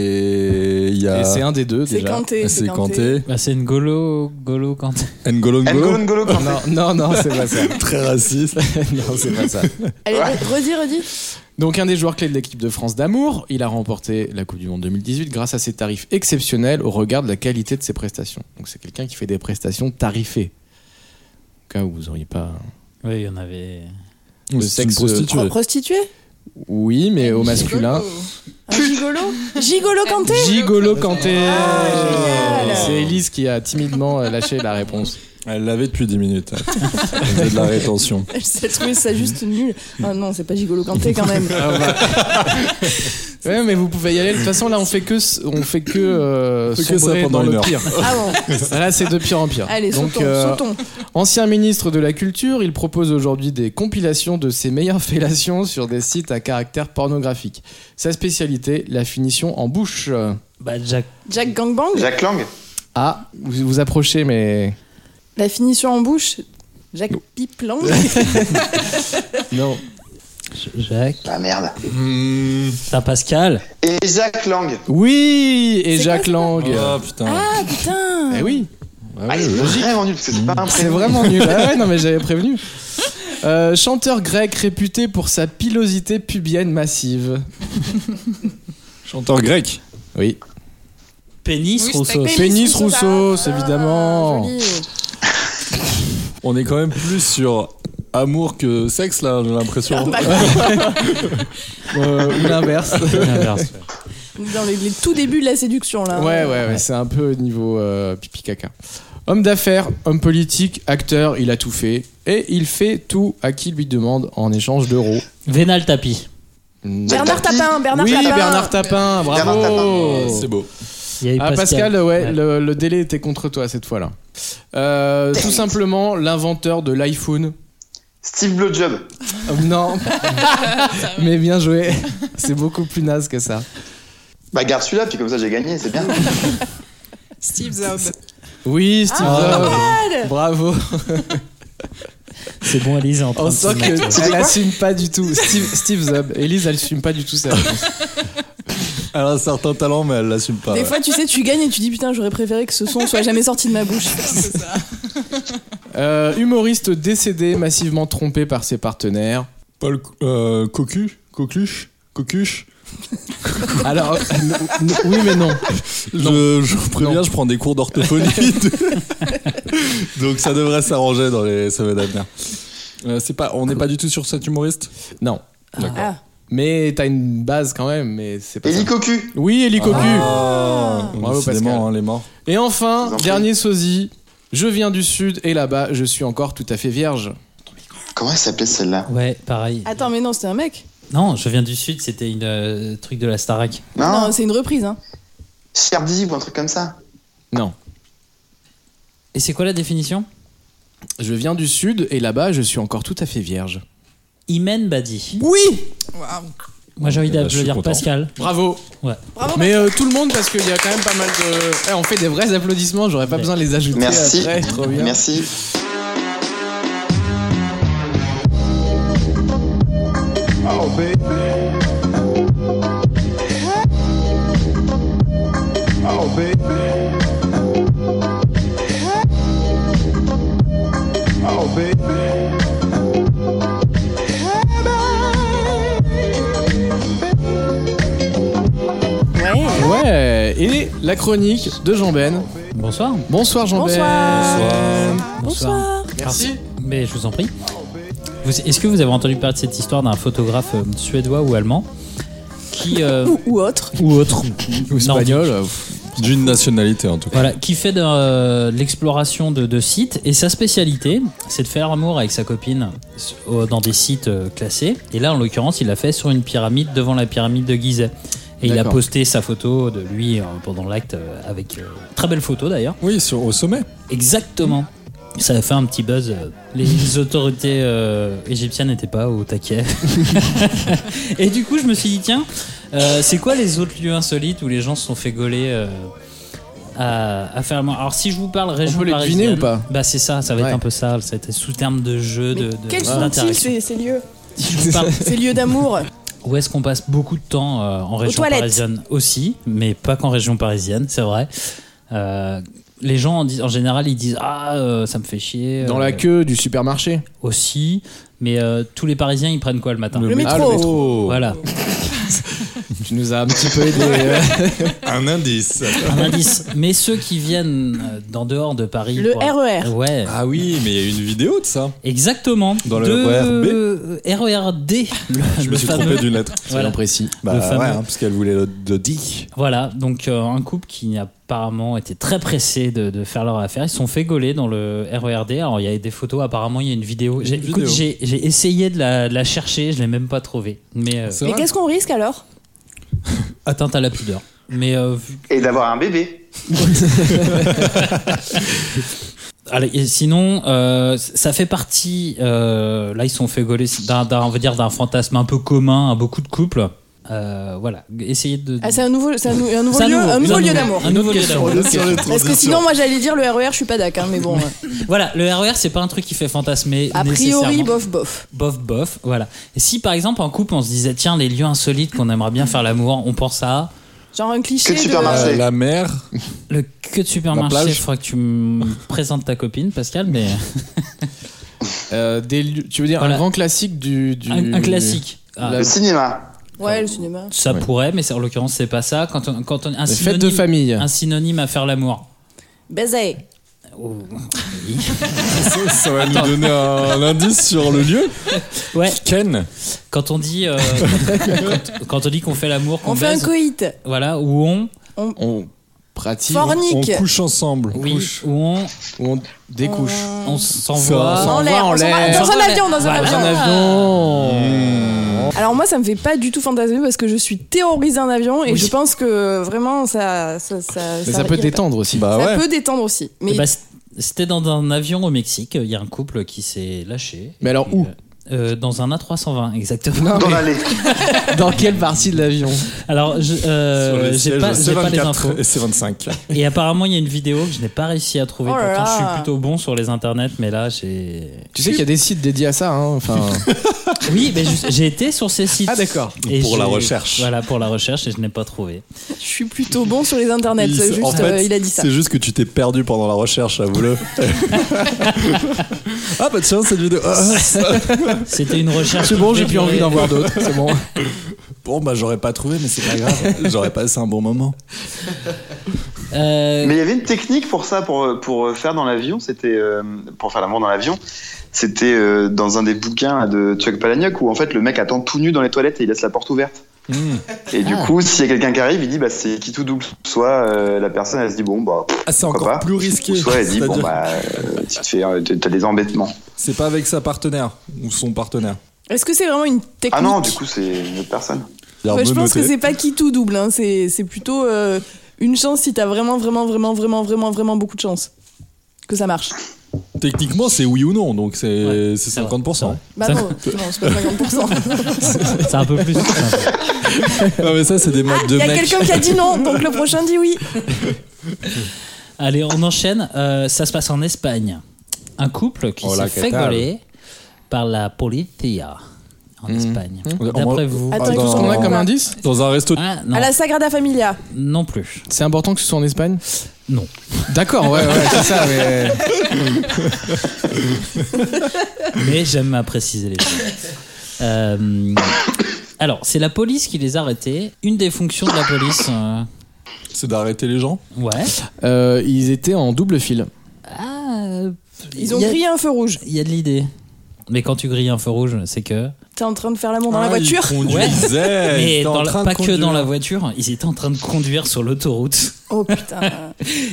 S2: et il y a.
S1: Et c'est un des deux
S3: C'est
S1: déjà.
S3: Kanté.
S2: C'est
S3: Kanté.
S2: Kanté.
S5: Bah, c'est N'Golo Golo quand.
S2: N'Golo
S4: N'Golo
S2: N'Golo.
S4: N'Golo Kanté.
S1: Non, non, non, c'est pas ça.
S2: Très raciste.
S1: non, c'est pas ça.
S3: Allez, redis, redis.
S1: Donc un des joueurs clés de l'équipe de France d'amour, il a remporté la Coupe du Monde 2018 grâce à ses tarifs exceptionnels au regard de la qualité de ses prestations. Donc c'est quelqu'un qui fait des prestations tarifées. Au cas où vous auriez pas...
S5: Oui, il y en avait.
S1: Le
S2: C'est une
S1: sexe-
S2: prostituée.
S3: Prostitué
S1: Oui, mais au masculin.
S6: Oh.
S3: Un gigolo Gigolo Kanté
S1: Gigolo Kanté
S3: Ah, génial.
S1: C'est Elise qui a timidement euh, lâché la réponse.
S2: Elle l'avait depuis 10 minutes. Elle faisait de la rétention.
S3: Elle s'est trouvé ça juste nul. Ah non, c'est pas Gigolo Kanté quand même.
S1: Ah, Ouais, mais vous pouvez y aller. De toute façon, là, on fait que, on fait que, euh,
S2: On fait que ça
S1: sombrer
S2: pendant
S1: dans
S2: une
S1: le
S2: heure.
S1: pire.
S3: Ah bon
S1: Là, c'est de pire en pire.
S3: Allez,
S1: Donc,
S3: sautons,
S1: euh,
S3: sautons.
S1: Ancien ministre de la Culture, il propose aujourd'hui des compilations de ses meilleures fellations sur des sites à caractère pornographique. Sa spécialité, la finition en bouche. Euh,
S5: Bah, Jacques.
S3: Jack Gangbang
S4: Jacques Lang
S1: Ah, vous vous approchez, mais.
S3: La finition en bouche Jacques Piplang
S1: Non.
S5: Jacques.
S4: Ah merde.
S2: Hmm.
S5: T'as Pascal.
S4: Et Jacques Lang.
S1: Oui Et
S3: C'est
S1: Jacques
S3: quoi,
S1: Lang
S2: Ah putain.
S3: Ah putain
S1: Eh oui
S4: Ah, il est vraiment nul, parce que c'est pas un
S1: C'est
S4: prénom.
S1: vraiment nul. Ah ouais, non, mais j'avais prévenu. Euh, chanteur grec réputé pour sa pilosité pubienne massive.
S2: Chanteur grec.
S1: Oui.
S5: Pénis
S6: Oui,
S5: Rousseau.
S6: Pénis
S1: Pénis
S3: Rousseau, Ah,
S1: Rousseau, évidemment.
S3: Joli.
S2: On est quand même plus sur amour que sexe là, j'ai
S3: Ah,
S2: l'impression.
S3: bah,
S1: Euh, ou l'inverse.
S5: L'inverse, ouais.
S3: Dans les, les tout débuts de la séduction là.
S1: Ouais, ouais, ouais, c'est un peu niveau euh, pipi caca. Homme d'affaires, homme politique, acteur, il a tout fait. Et il fait tout à qui lui demande en échange d'euros.
S5: Vénal Tapie.
S1: Mm.
S3: Bernard Tapin, Bernard
S1: oui,
S3: Tapin.
S1: Bernard Tapin, bravo.
S4: Bernard
S2: C'est beau.
S5: Il y a eu
S1: Ah, Pascal, ouais,
S5: Ouais.
S1: Le, le délai était contre toi cette fois-là. Euh, tout simplement, l'inventeur de l'iPhone.
S4: Steve Blowjob.
S1: Oh, non, mais bien joué. C'est beaucoup plus naze que ça.
S4: Bah garde celui-là, puis comme ça j'ai gagné, c'est bien.
S6: Steve Jobs.
S1: Oui, Steve
S5: Oh. Ah.
S1: Jobs.
S3: Mal.
S1: Bravo.
S5: C'est bon, Elise est en train
S1: On
S5: de se
S1: sent
S5: mettre-
S1: qu'elle assume pas du tout. Steve, Steve Jobs. Elise, elle assume pas du tout ça.
S2: Elle a un certain talent, mais elle l'assume pas.
S3: Des
S2: ouais.
S3: fois, tu sais, tu gagnes et tu dis putain, j'aurais préféré que ce son soit jamais sorti de ma bouche.
S6: C'est ça.
S1: Euh, humoriste décédé, massivement trompé par ses partenaires.
S2: Paul euh, Cocu Coqueluche Cocuche
S1: Alors, euh, n- n- oui, mais non.
S2: je, je vous préviens,
S1: Non.
S2: je prends des cours d'orthophonie. Donc ça devrait s'arranger dans les semaines à venir. Euh, c'est pas, on n'est pas du tout sur cet humoriste
S1: Non.
S3: Ah,
S1: Mais t'as une base quand même, mais c'est pas ça.
S4: Eli Cocu.
S1: Oui, Eli Cocu.
S2: Ah,
S1: Bravo,
S2: décidément,
S1: Pascal.
S2: hein, les morts.
S1: Et enfin,
S4: Vous en prie.
S1: dernier sosie. Je viens du sud et là-bas, je suis encore tout à fait vierge.
S4: Comment elle s'appelait celle-là
S5: Ouais, pareil.
S3: Attends, mais non, c'était un mec.
S5: Non, je viens du Sud, c'était une euh, truc de la Starac.
S3: Non,
S4: Non,
S3: c'est une reprise. Hein.
S4: Sherdy ou un truc comme ça.
S1: Non.
S5: Et c'est quoi la définition
S1: Je viens du sud et là-bas, je suis encore tout à fait vierge.
S5: Imen Badi.
S1: Oui
S6: Waouh.
S5: Moi, j'ai envie
S2: Bah, je suis
S5: d'applaudir
S2: content.
S5: Pascal.
S1: Bravo
S5: Ouais.
S3: Bravo.
S1: Mais euh, tout le monde, parce qu'il y a quand même pas mal de. Eh, on fait des vrais applaudissements, j'aurais pas
S5: Ouais.
S1: besoin de les ajouter.
S4: Merci.
S1: après, trop bien.
S4: Merci.
S3: Ouais.
S1: Ouais, et la chronique de Jean-Ben.
S5: Bonsoir.
S1: Bonsoir Jean-Ben.
S3: Bonsoir.
S5: Bonsoir.
S1: Merci.
S5: Alors, mais je vous en prie. Vous- Est-ce que vous avez entendu parler de cette histoire d'un photographe euh, suédois ou allemand qui euh,
S3: Ou, ou autre.
S5: ou autre
S1: Ou
S5: nordique.
S1: espagnol. euh, pff,
S2: D'une nationalité, en tout cas.
S5: Voilà, qui fait de euh, de l'exploration de, de sites et sa spécialité, c'est de faire amour avec sa copine s- au- dans des sites euh, classés. Et là, en l'occurrence, il l'a fait sur une pyramide devant la pyramide de Gizeh. Et il a
S1: D'accord.
S5: posté sa photo de lui euh, pendant l'acte euh, avec euh, très belle photo d'ailleurs.
S2: Oui, sur, au sommet.
S5: Exactement. Ça a fait un petit buzz. euh, Les autorités euh, égyptiennes n'étaient pas au taquet. Et du coup, je me suis dit, tiens, euh, c'est quoi les autres lieux insolites où les gens se sont fait gauler euh, à, à faire l'amour Alors, si je vous parle région
S1: peut les
S5: parisienne,
S1: deviner ou pas
S5: Bah, c'est ça, ça va
S1: Ouais.
S5: être un peu ça. Ça a été sous terme de jeu, de,
S3: Mais
S5: de-
S3: quels sont-ils
S5: d'interaction.
S3: ces, ces lieux
S5: Si je vous parle
S3: Ces lieux d'amour
S5: où est-ce qu'on passe beaucoup de temps euh, en région
S3: toilettes.
S5: parisienne aussi, mais pas qu'en région parisienne, c'est vrai. Euh, les gens en, disent, en général, ils disent ah euh, ça me fait chier.
S1: Dans
S5: euh,
S1: la queue du supermarché.
S5: aussi, mais euh, tous les Parisiens ils prennent quoi le matin
S3: Le métro.
S1: Ah, le métro.
S5: Voilà,
S1: Tu nous as un petit peu aidé. euh.
S2: Un indice.
S5: un indice. Mais ceux qui viennent euh, d'en dehors de Paris.
S3: Le E
S5: pour-
S3: RER.
S5: Ouais,
S2: Ah oui, mais il y a une vidéo de ça.
S5: exactement.
S2: Dans le E
S5: de... RERD. Le,
S2: Je
S5: le
S2: me suis
S5: fameux.
S2: trompé d'une lettre.
S5: Voilà.
S1: Soyons précis.
S2: Bah
S5: Le
S2: ouais,
S5: fameux.
S2: hein, parce qu'elle voulait le, le dit.
S5: Voilà, donc euh, un couple qui apparemment était très pressé de, de faire leur affaire, ils se sont fait gauler dans le RERD. Alors il y a des photos, apparemment il y a une vidéo. J'ai,
S2: Une
S5: écoute,
S2: vidéo.
S5: j'ai, j'ai essayé de la, de la chercher, je l'ai même pas trouvée. Mais euh,
S2: C'est
S3: Mais
S2: vrai
S3: qu'est-ce qu'on risque alors
S5: atteinte à la pudeur. Mais euh, vu-
S4: Et d'avoir un bébé.
S5: allez, et sinon, euh, ça fait partie. euh, là, ils se sont fait gauler d'un, d'un- on va dire d'un fantasme un peu commun à beaucoup de couples. Euh, voilà, essayez de.
S3: Ah, c'est un nouveau, c'est un, nou- un nouveau
S5: C'est un
S3: lieu,
S5: nouveau-
S3: un nouveau
S5: un
S3: lieu
S5: nouveau-
S3: d'amour.
S5: un nouveau lieu d'amour.
S3: Parce que sinon, moi j'allais dire le RER, je suis pas d'accord, mais bon. euh,
S5: Voilà, le RER, c'est pas un truc qui fait fantasmer.
S3: A priori,
S5: nécessairement.
S3: bof, bof.
S5: Bof, bof, voilà. Et si par exemple en couple on se disait tiens les lieux insolites qu'on aimerait bien faire l'amour, on pense à
S3: Genre un cliché.
S4: Que
S3: de-
S4: supermarché.
S2: Euh, la mer,
S5: le queue de
S2: La
S5: supermarché.
S2: plage.
S5: Je crois que tu me présentes ta copine Pascal, mais
S1: Euh, des lieux- tu veux dire
S5: Voilà.
S1: un grand classique du. du-
S5: un, un classique. Ah,
S1: Bah
S4: Le cinéma.
S3: Ouais, le cinéma.
S5: ça
S1: Ouais.
S5: pourrait, mais c'est- en l'occurrence c'est pas ça. Quand on, quand on un
S1: Les
S5: synonyme,
S1: fêtes de famille.
S5: un synonyme à faire l'amour.
S3: Baiser.
S5: Oh.
S2: ça, ça va nous donner un, indice sur le lieu.
S5: Ouais.
S2: Ken,
S5: Quand on dit euh, quand, quand on dit qu'on fait l'amour, qu'on
S3: On fait un
S5: baise,
S3: coït.
S5: voilà, ou on,
S1: On pratique.
S2: on
S3: Fornique.
S2: couche ensemble.
S5: oui, ou on,
S1: Ou on découche.
S3: Euh,
S5: on
S2: Ça,
S5: s'envoie.
S1: on
S3: En l'air.
S1: va en
S3: on s'en va-
S1: l'air.
S3: Dans un avion, dans un
S5: Voilà.
S1: Dans un
S3: avion. Ah.
S1: avion.
S3: Alors moi, ça me fait pas du tout fantasmer parce que je suis terrorisée en avion et
S5: Oui.
S3: je pense que vraiment ça, ça, ça,
S1: Mais ça peut
S3: irrite.
S1: détendre Ah aussi.
S2: Bah
S3: ça
S2: ouais.
S3: peut détendre aussi. Mais
S5: Eh ben, c- c'était dans un avion au Mexique. Il y a un couple qui s'est lâché.
S1: Mais alors
S5: Et,
S1: où
S5: euh, Dans un A320, exactement.
S1: Non,
S4: Dans
S1: mais
S4: l'allée.
S1: dans quelle partie de l'avion
S5: Alors, je,
S2: Sur
S5: euh,
S2: le
S5: j'ai
S2: siège
S5: pas, j'ai pas les infos.
S2: C24 et C25.
S5: Et apparemment, il y a une vidéo que je n'ai pas réussi à trouver.
S3: Oh là
S5: Pourtant, je
S3: là.
S5: suis plutôt bon sur les internets, mais là, j'ai.
S1: Tu sais qu'il y a des sites dédiés à ça. hein, Enfin,
S5: Oui, mais juste, j'ai été sur ces sites.
S1: ah d'accord.
S5: Et
S2: Pour la
S5: j'ai-
S2: recherche.
S5: Voilà, pour la recherche, et je n'ai pas trouvé.
S3: je suis plutôt bon sur les internets.
S2: Il-
S3: juste,
S2: en fait,
S3: euh, il a dit ça.
S2: C'est juste que tu t'es perdu pendant la recherche, avoue-le. ah bah tiens, cette vidéo. Ah, ça-
S5: C'était une recherche.
S1: C'est bon, j'ai plus envie d'en voir d'autres. C'est bon.
S2: bon bah j'aurais pas trouvé, mais c'est pas grave. J'aurais passé un bon moment.
S5: Euh,
S4: Mais il y avait une technique pour ça, pour, euh, pour faire dans l'avion, c'était euh, pour faire l'amour dans l'avion, c'était euh, dans un des bouquins là, de Chuck Palahniuk où en fait le mec attend tout nu dans les toilettes et il laisse la porte ouverte.
S1: Hmm.
S4: Et du coup, s'il y a quelqu'un qui arrive, il dit bah c'est qui tout double. Soit euh, la personne elle se dit bon bah
S2: Ah, c'est
S4: pourquoi
S2: encore
S4: pas.
S2: plus risqué.
S4: Ou soit elle dit bon
S2: C'est-à-dire-
S4: bah euh, tu te fais euh, t'as des embêtements.
S2: C'est pas avec sa partenaire ou son partenaire.
S3: Est-ce que c'est vraiment une technique
S4: Ah non, du coup c'est une autre personne.
S3: Ouais, Bah, Je
S2: Bien
S3: pense
S2: noté.
S3: que c'est pas qui tout double. hein, C'est c'est plutôt euh, une chance si t'as vraiment, vraiment, vraiment, vraiment, vraiment, vraiment beaucoup de chance que ça marche.
S2: Techniquement, c'est oui ou non, donc c'est
S5: Ouais,
S2: c'est
S5: c'est vrai,
S2: 50%.
S3: Bah
S5: Ça-
S3: non, non, c'est pas 50%.
S5: C'est un peu plus.
S2: Ah, mais ça, c'est des maths de
S3: Il y a
S2: mecs.
S3: quelqu'un qui a dit non, donc le prochain dit oui.
S5: Allez, on enchaîne. Euh, ça se passe en Espagne. Un couple qui
S2: Hola,
S5: s'est
S2: ¿qué
S5: fait
S2: tal
S5: gauler par la policia en
S2: Mm.
S5: Espagne.
S2: On-
S5: D'après vous.
S3: Attends,
S2: Ah,
S3: il faut
S2: dans-
S1: Tout ce qu'on a
S3: qu'on
S1: comme
S3: a.
S1: indice,
S2: Dans un resto.
S5: Ah, non,
S3: À la Sagrada Familia.
S5: non plus.
S1: c'est important que ce soit en Espagne
S5: Non.
S1: D'accord, ouais, ouais, c'est ça, mais.
S5: Mais j'aime à préciser les choses. Euh, alors, c'est la police qui les a arrêtés. Une des fonctions de la police. euh,
S2: C'est d'arrêter les gens.
S5: ouais.
S1: Euh, ils étaient en double fil.
S5: Ah, euh,
S3: Ils ont
S5: il y a-
S3: grillé un feu rouge.
S5: Il y a de l'idée. Mais quand tu grilles un feu rouge, c'est que.
S3: T'es en train de faire l'amour dans la
S2: Ah, ils
S3: voiture.
S2: conduisaient, Eh, ils
S5: Mais
S2: étaient en
S5: dans la-
S2: train de
S5: pas
S2: conduire.
S5: que dans la voiture, ils étaient en train de conduire sur l'autoroute.
S3: Oh putain.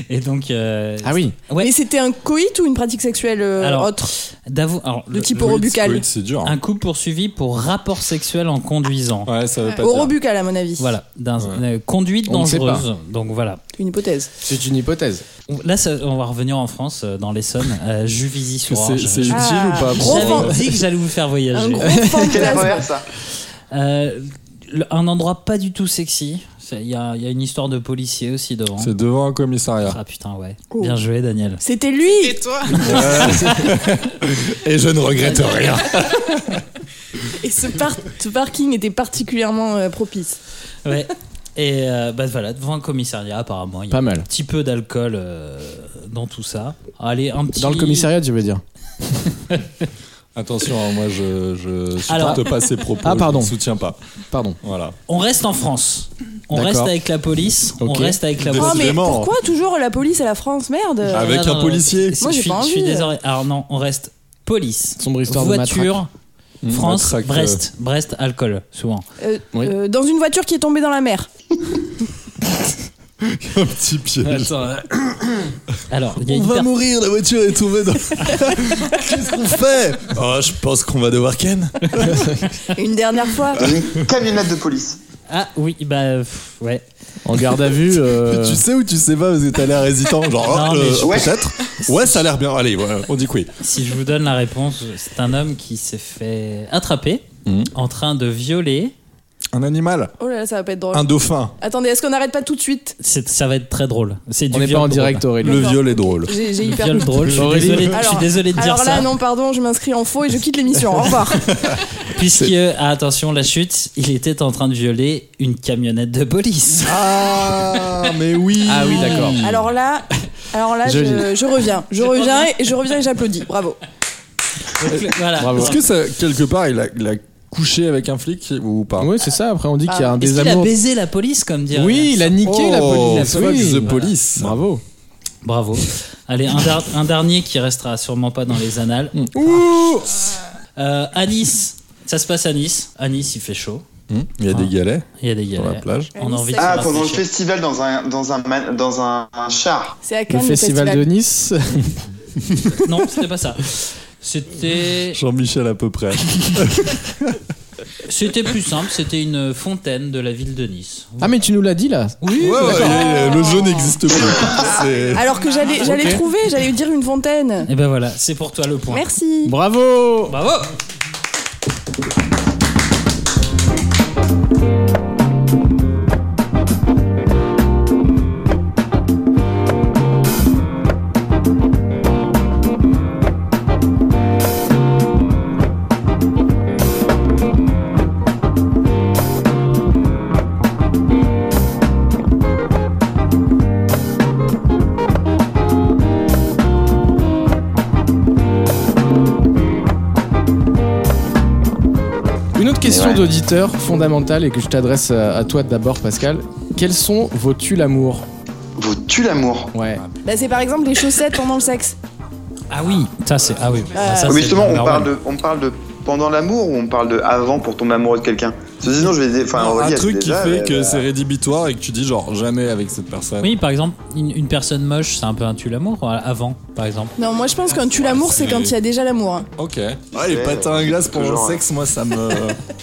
S5: Et donc. euh,
S1: Ah oui.
S5: Ouais.
S3: Mais c'était un coït ou une pratique sexuelle euh,
S5: Alors,
S3: autre
S5: d'avo- alors,
S3: De
S5: le-
S3: type
S2: Oui,
S3: orobucal.
S2: oui, c'est dur. hein.
S5: Un couple poursuivi pour rapport sexuel en conduisant.
S2: Ouais, ça veut pas dire.
S3: Orobucal, à mon avis.
S5: Voilà, d'un-
S2: Ouais.
S5: euh, conduite
S1: On ne sait
S5: dangereuse. Donc voilà.
S3: Une hypothèse.
S1: C'est une hypothèse.
S5: On- Là, ça- on va revenir en France, euh, dans l'Essonne, à
S2: C'est
S5: Juvisy-sur-Orge.
S2: c'est utile
S3: Ah,
S2: ou pas
S3: gros
S2: pour-
S3: fan-
S5: J'avais dit que j'allais vous faire
S3: Un
S5: voyager.
S3: gros
S4: Quelle
S3: fantasme.
S4: erreur ça
S5: Euh, le- un endroit pas du tout sexy. C'est- Il y a, il y a une histoire de policier aussi devant.
S2: C'est devant un commissariat.
S5: Ah putain, ouais.
S3: Oh.
S5: Bien joué, Daniel.
S3: C'était
S6: Et
S3: lui
S6: toi
S5: Ah.
S2: Et je ne regrette rien.
S3: Et ce, par- ce parking était particulièrement euh, propice.
S5: Ouais. Et euh, bah voilà, devant un commissariat, apparemment. Il y a
S1: Pas mal.
S5: un petit peu d'alcool euh, dans tout ça. Allez, un petit.
S1: Dans le commissariat, je veux dire.
S2: Attention, hein, moi je, je supporte
S5: Alors-
S2: pas ces propos.
S1: Ah, pardon.
S2: Je ne soutiens pas.
S1: Pardon.
S2: Voilà.
S5: On reste en France. On
S1: D'accord.
S5: reste avec la police. On
S1: Ok.
S5: reste avec la
S2: Des-
S5: police.
S3: Oh, mais
S2: Décidément.
S3: pourquoi toujours la police à la France Merde
S2: Ah, Avec
S5: Non, non,
S2: un
S5: non,
S2: policier.
S5: c'est-
S3: Moi,
S5: je
S3: j'ai
S5: suis-
S3: pas
S5: Je suis
S3: envie.
S5: désolé. Alors non, on reste police.
S1: Sombre histoire de matraque. Mmh, euh.
S5: voiture. France,
S2: Matraque,
S5: Brest, Brest, alcool, souvent.
S3: Euh,
S1: Oui.
S3: euh, Dans une voiture qui est tombée dans la mer.
S2: Un petit piège.
S5: Alors, il y a
S2: On
S5: une
S2: va
S5: per-
S2: mourir, la voiture est tombée dans. Qu'est-ce qu'on fait Oh, je pense qu'on va devoir Ken.
S3: Une dernière fois.
S4: Dans une camionnette de police.
S5: Ah oui, bah pff, ouais.
S1: En garde à vue. euh,
S2: Tu sais ou tu sais pas parce que t'as l'air hésitant. Genre,
S5: Non,
S2: oh,
S5: mais
S2: euh,
S5: je-
S4: Ouais.
S2: peut-être. Ouais, ça a l'air bien. Allez, ouais, on dit que oui.
S5: Si je vous donne la réponse, c'est un homme qui s'est fait attraper
S1: Mmh.
S2: Mhm.
S5: en train de violer.
S2: Un animal,
S3: Oh là là, ça va pas être drôle.
S2: un dauphin.
S3: Attendez, est-ce qu'on n'arrête pas tout de suite
S5: C'est- Ça va être très drôle. C'est du
S1: On n'est
S5: viol
S1: pas en
S5: drôle.
S1: direct, Aurélie.
S2: Le
S3: D'accord.
S2: viol est drôle.
S3: J'ai j'ai
S5: Du
S3: hyper
S5: viol drôle. Je suis
S1: Aurélie.
S5: désolé, je suis
S3: Alors-
S5: désolé de dire
S3: Alors
S5: ça.
S3: là, non, pardon, je m'inscris en faux et je quitte l'émission. Au revoir.
S5: Puisque, ah, attention, la chute, il était en train de violer une camionnette de police.
S2: Ah, mais oui.
S1: Ah oui, d'accord.
S3: Alors là, alors là je,
S1: Joli.
S3: je reviens. Je reviens et je reviens et j'applaudis. Bravo.
S5: Donc, le- voilà.
S1: Bravo.
S2: Est-ce que ça, quelque part, il a, il a couché avec un flic ou pas
S1: Oui, c'est ça. Après, on dit qu'il y a un
S5: Est-ce qu'il a
S1: désamour.
S5: baisé la police, comme dire
S1: Oui, il a niqué la
S2: Oh,
S1: police.
S2: fuck
S1: Oui.
S2: the police.
S1: Bravo.
S5: Bravo. Allez, un, dar- un dernier qui restera sûrement pas dans les annales.
S2: Mm.
S5: Euh, à Nice, ça se passe à Nice. À Nice, il fait chaud.
S2: Hmm, Il y a
S5: Ah.
S2: des galets
S5: Il y a des
S2: sur la
S5: galères.
S2: plage.
S5: On a envie de
S4: Ah,
S5: se
S4: pendant le
S5: rafraîchir.
S4: festival dans un, dans un, man- dans un, un char.
S3: C'est à
S1: Le
S3: Cannes le
S1: festival de Nice.
S5: Non, c'était pas ça. C'était,
S2: Jean-Michel à peu près.
S5: c'était plus simple. C'était une fontaine de la ville de Nice.
S1: Ah, mais tu nous l'as dit là.
S2: Ouais, ouais, il est- le jeu n'existe plus. C'est-
S3: Alors que j'allais j'allais
S1: Ok.
S3: trouver, j'allais dire une fontaine.
S5: Et ben voilà, c'est pour toi le point.
S3: Merci.
S1: Bravo.
S5: Bravo.
S1: Une autre question
S4: ouais.
S1: d'auditeur fondamentale et que je t'adresse euh, à, à toi d'abord, Pascal. Quels sont vos tu l'amour
S4: Vaux-tu l'amour
S1: Ouais.
S3: Bah, c'est par exemple les chaussettes pendant le sexe.
S5: Ah oui, ça c'est. Ah oui. Ah, ça,
S4: Oui,
S5: c'est
S4: Justement,
S5: le
S4: on
S5: number
S4: parle,
S5: one.
S4: de, on parle de pendant l'amour ou on parle de avant pour tomber amoureux de quelqu'un Parce que sinon, je vais dire. Enfin,
S2: un
S4: Aurélie, elle
S2: truc
S4: sait
S2: qui
S4: déjà,
S2: fait
S4: elle,
S2: que
S4: euh,
S2: c'est rédhibitoire et que tu dis genre jamais avec cette personne.
S5: Oui, par exemple, une, une personne moche, c'est un peu un tue l'amour. voilà, Avant, par exemple.
S3: Non, moi je pense qu'un tue l'amour, c'est quand il y a déjà l'amour. hein.
S2: Ok. Ah, les patins à glace pour le
S4: Toujours, ouais.
S2: sexe, moi ça me.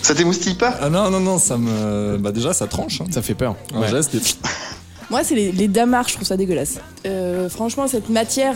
S4: Ça t'émoustille pas
S2: Ah non, non, non, ça me. Bah déjà, ça tranche. hein.
S1: Ça fait peur.
S2: Un
S1: Ouais.
S2: geste et.
S3: Moi, c'est les, les damars, je trouve ça dégueulasse. Euh, franchement, cette matière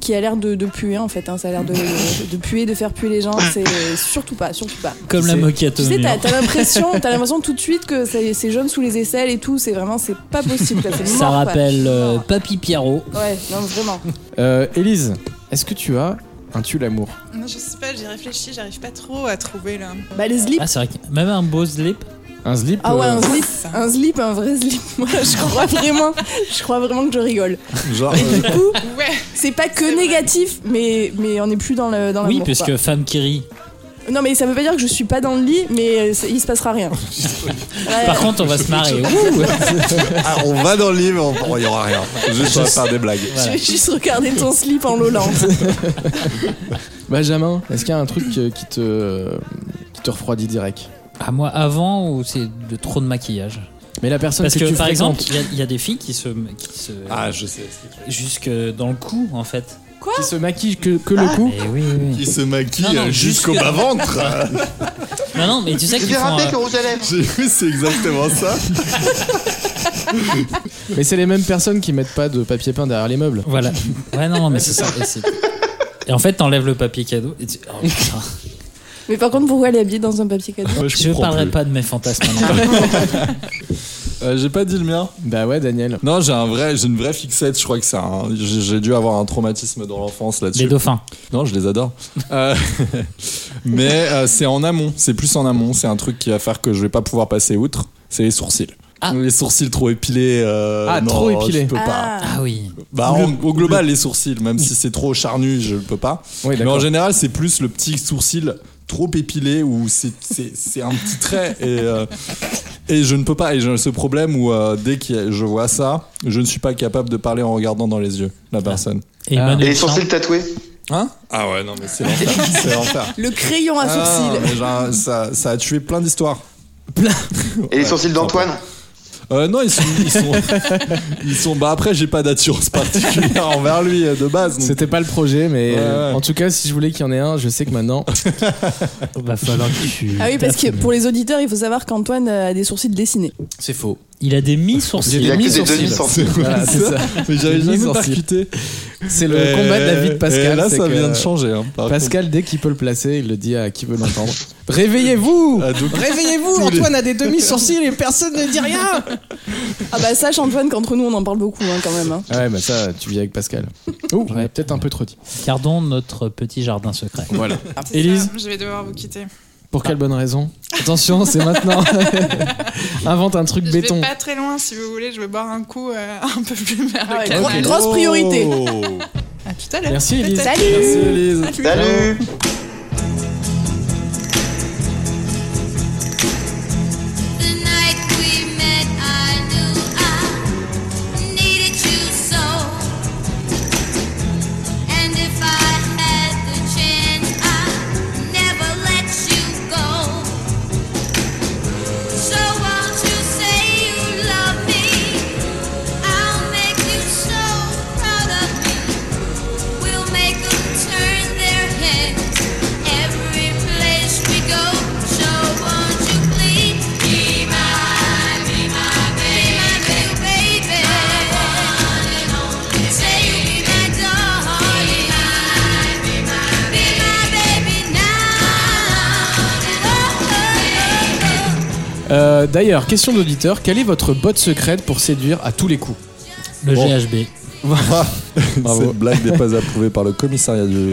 S3: qui a l'air de, de puer en fait. hein. ça a l'air de, de puer, de faire puer les gens. C'est surtout pas, surtout pas.
S5: Comme la hein.
S1: C'est-
S5: moquette
S3: Tu
S5: au
S3: sais,
S5: mur.
S3: t'as t'as l'impression, t'as l'impression tout de suite que c'est c'est jaune sous les aisselles et tout. C'est vraiment, c'est pas possible. quoi. C'est
S5: Ça
S3: mort, quoi.
S5: rappelle euh, Papy Pierrot.
S3: Ouais, non vraiment.
S1: Euh, Élise, est-ce que tu as un tu l'amour
S6: Non, je sais pas, j'ai réfléchi, j'arrive pas trop à trouver là.
S3: Bah les slips.
S5: Ah, c'est vrai que même un beau slip.
S1: Un slip
S3: Ah ouais,
S1: euh,
S3: un slip,
S6: ça.
S3: un slip, un vrai slip. Moi, je crois vraiment, je crois vraiment que je rigole.
S2: Genre,
S3: Mais
S2: euh,
S3: du coup,
S6: Ouais,
S3: c'est pas que
S6: C'est vrai.
S3: négatif, mais mais on est plus dans le dans
S5: Oui,
S3: l'amour,
S5: puisque
S3: quoi.
S5: femme qui rit.
S3: Non, mais ça veut pas dire que je suis pas dans le lit, mais euh, ça- il se passera rien. Ouais.
S5: Par contre, on va se marrer.
S2: ah, on va dans le livre, on- oh, il y aura rien. Juste on va faire des blagues.
S3: Je vais juste regarder ton slip en l'Hollande.
S1: Benjamin, est-ce qu'il y a un truc euh, qui te, euh, qui te refroidit direct
S5: À Ah, moi, avant ou c'est de trop de maquillage
S1: Mais la personne
S5: Parce
S1: que,
S5: que,
S1: tu
S5: par
S1: fréquentes-
S5: exemple, il y a- il y, a des filles qui se, qui se
S2: Ah, je sais.
S5: jusque dans le cou en fait.
S1: qui se maquille que, que le cou,
S5: Mais oui, oui, oui.
S2: Qui se
S5: Non,
S2: maquille
S5: non,
S2: euh, jusqu'au
S5: jusque-
S2: bas-ventre.
S5: Non, non, mais tu sais
S4: Je
S5: qu'ils
S4: vais
S5: font.
S4: rappeler
S5: euh,
S4: que rouge à lèvres.
S2: J'ai vu, c'est exactement ça.
S1: mais c'est les mêmes personnes qui mettent pas de papier peint derrière les meubles.
S5: Voilà. Ouais, non, non, mais c'est ça. Et, c'est- et en fait, t'enlèves le papier cadeau. Et tu... oh, putain.
S3: Mais par contre, pourquoi elle est habillée dans un papier cadeau
S2: Moi,
S5: Je
S2: comprends
S5: parlerai
S2: plus.
S5: pas de mes fantasmes. maintenant.
S2: Euh, J'ai pas dit le mien.
S1: Bah ouais, Daniel.
S2: Non, j'ai un vrai, j'ai une vraie fixette. Je crois que c'est un. J'ai j'ai dû avoir un traumatisme dans l'enfance
S5: Les
S2: là-dessus.
S5: dauphins.
S2: Non, je les adore. Euh, mais euh, c'est en amont. C'est plus en amont. C'est un truc qui va faire que je vais pas pouvoir passer outre. C'est les sourcils.
S5: Ah.
S2: Les sourcils trop épilés. euh,
S1: Ah,
S2: non,
S1: trop épilés.
S2: Je peux pas.
S5: Ah oui.
S2: Bah, en- au global, les sourcils, même si c'est trop charnu, je peux pas.
S1: Oui,
S2: Mais en
S1: d'accord.
S2: général, c'est plus le petit sourcil trop épilé où c'est- c'est c'est un petit trait et, euh, et je ne peux pas. Et j'ai ce problème où euh, dès que je vois ça, je ne suis pas capable de parler en regardant dans les yeux la personne.
S5: Et
S1: Ah.
S4: Et
S5: Emmanuel
S4: les
S5: Chan-
S4: sourcils tatoués.
S2: Hein Ah ouais, non, mais c'est l'enfer. c'est l'enfer.
S3: Le crayon à
S2: Ah,
S3: sourcils.
S2: mais genre, ça, ça a tué plein d'histoires.
S4: Et les sourcils d'Antoine.
S2: Euh, non, ils sont, ils sont, ils sont- Bah après, j'ai pas d'attirance particulière envers lui euh, de base. donc-
S1: C'était pas le projet, mais
S2: Ouais,
S1: euh,
S2: ouais.
S1: en tout cas, si je voulais qu'il y en ait un, je sais que maintenant.
S5: va falloir que tu-
S3: Ah oui, parce que pour les auditeurs, il faut savoir qu'Antoine a des sourcils dessinés.
S1: C'est faux.
S5: Il a des
S1: Il
S4: Il y
S1: y
S5: mi-sourcils.
S4: a que des
S1: demi-sourcils.
S4: demi-sourcils.
S1: Voilà, c'est ça.
S2: Mais j'avais
S1: J'ai mis
S2: jamais
S1: sourcil.
S2: percuté.
S1: C'est le
S2: Et-
S1: combat de la vie de Pascal.
S2: Et là,
S1: c'est
S2: ça
S1: que euh,
S2: vient de changer. hein, par
S1: Pascal, dès qu'il peut le placer, il le dit à qui veut l'entendre. Réveillez-vous
S2: Ah, donc-
S1: Réveillez-vous
S2: Tous les-
S1: Antoine a des demi-sourcils et personne ne dit rien
S3: Ah bah sache Antoine qu'entre nous on en parle beaucoup hein, quand même. hein.
S1: Ouais, bah ça, tu vis avec Pascal. Ouh, on est peut-être un peu trop dit.
S5: Gardons notre petit jardin secret.
S1: Voilà.
S6: c'est
S1: Élise,
S6: ça, je vais devoir vous quitter.
S1: pour quelle bonne raison Attention, c'est maintenant. Invente un truc
S6: Je
S1: béton.
S6: vais pas très loin si vous voulez, je vais boire un coup euh, un peu plus vers
S3: Ah
S6: le
S3: ouais,
S6: canal.
S3: gros- Grosse priorité.
S2: Oh.
S6: À tout à l'heure.
S1: Merci Elise.
S6: Peut-être.
S3: Salut
S2: Merci Elise.
S4: Salut
S7: The night we met, I knew I needed you so. And if I had the chance, I'd never let you go. So won't you say you love me? I'll make you so proud of me. We'll make 'em turn their heads every place we go. So won't you please be mine, be my baby, new baby, one and only. Say you'll be my darling, be my, be my baby now.
S1: Euh, D'ailleurs, question d'auditeur, quelle est votre botte secrète pour séduire à tous les coups
S5: Le
S2: Bon.
S5: GHB.
S1: Bravo.
S2: Cette blague n'est pas approuvée par le commissariat du,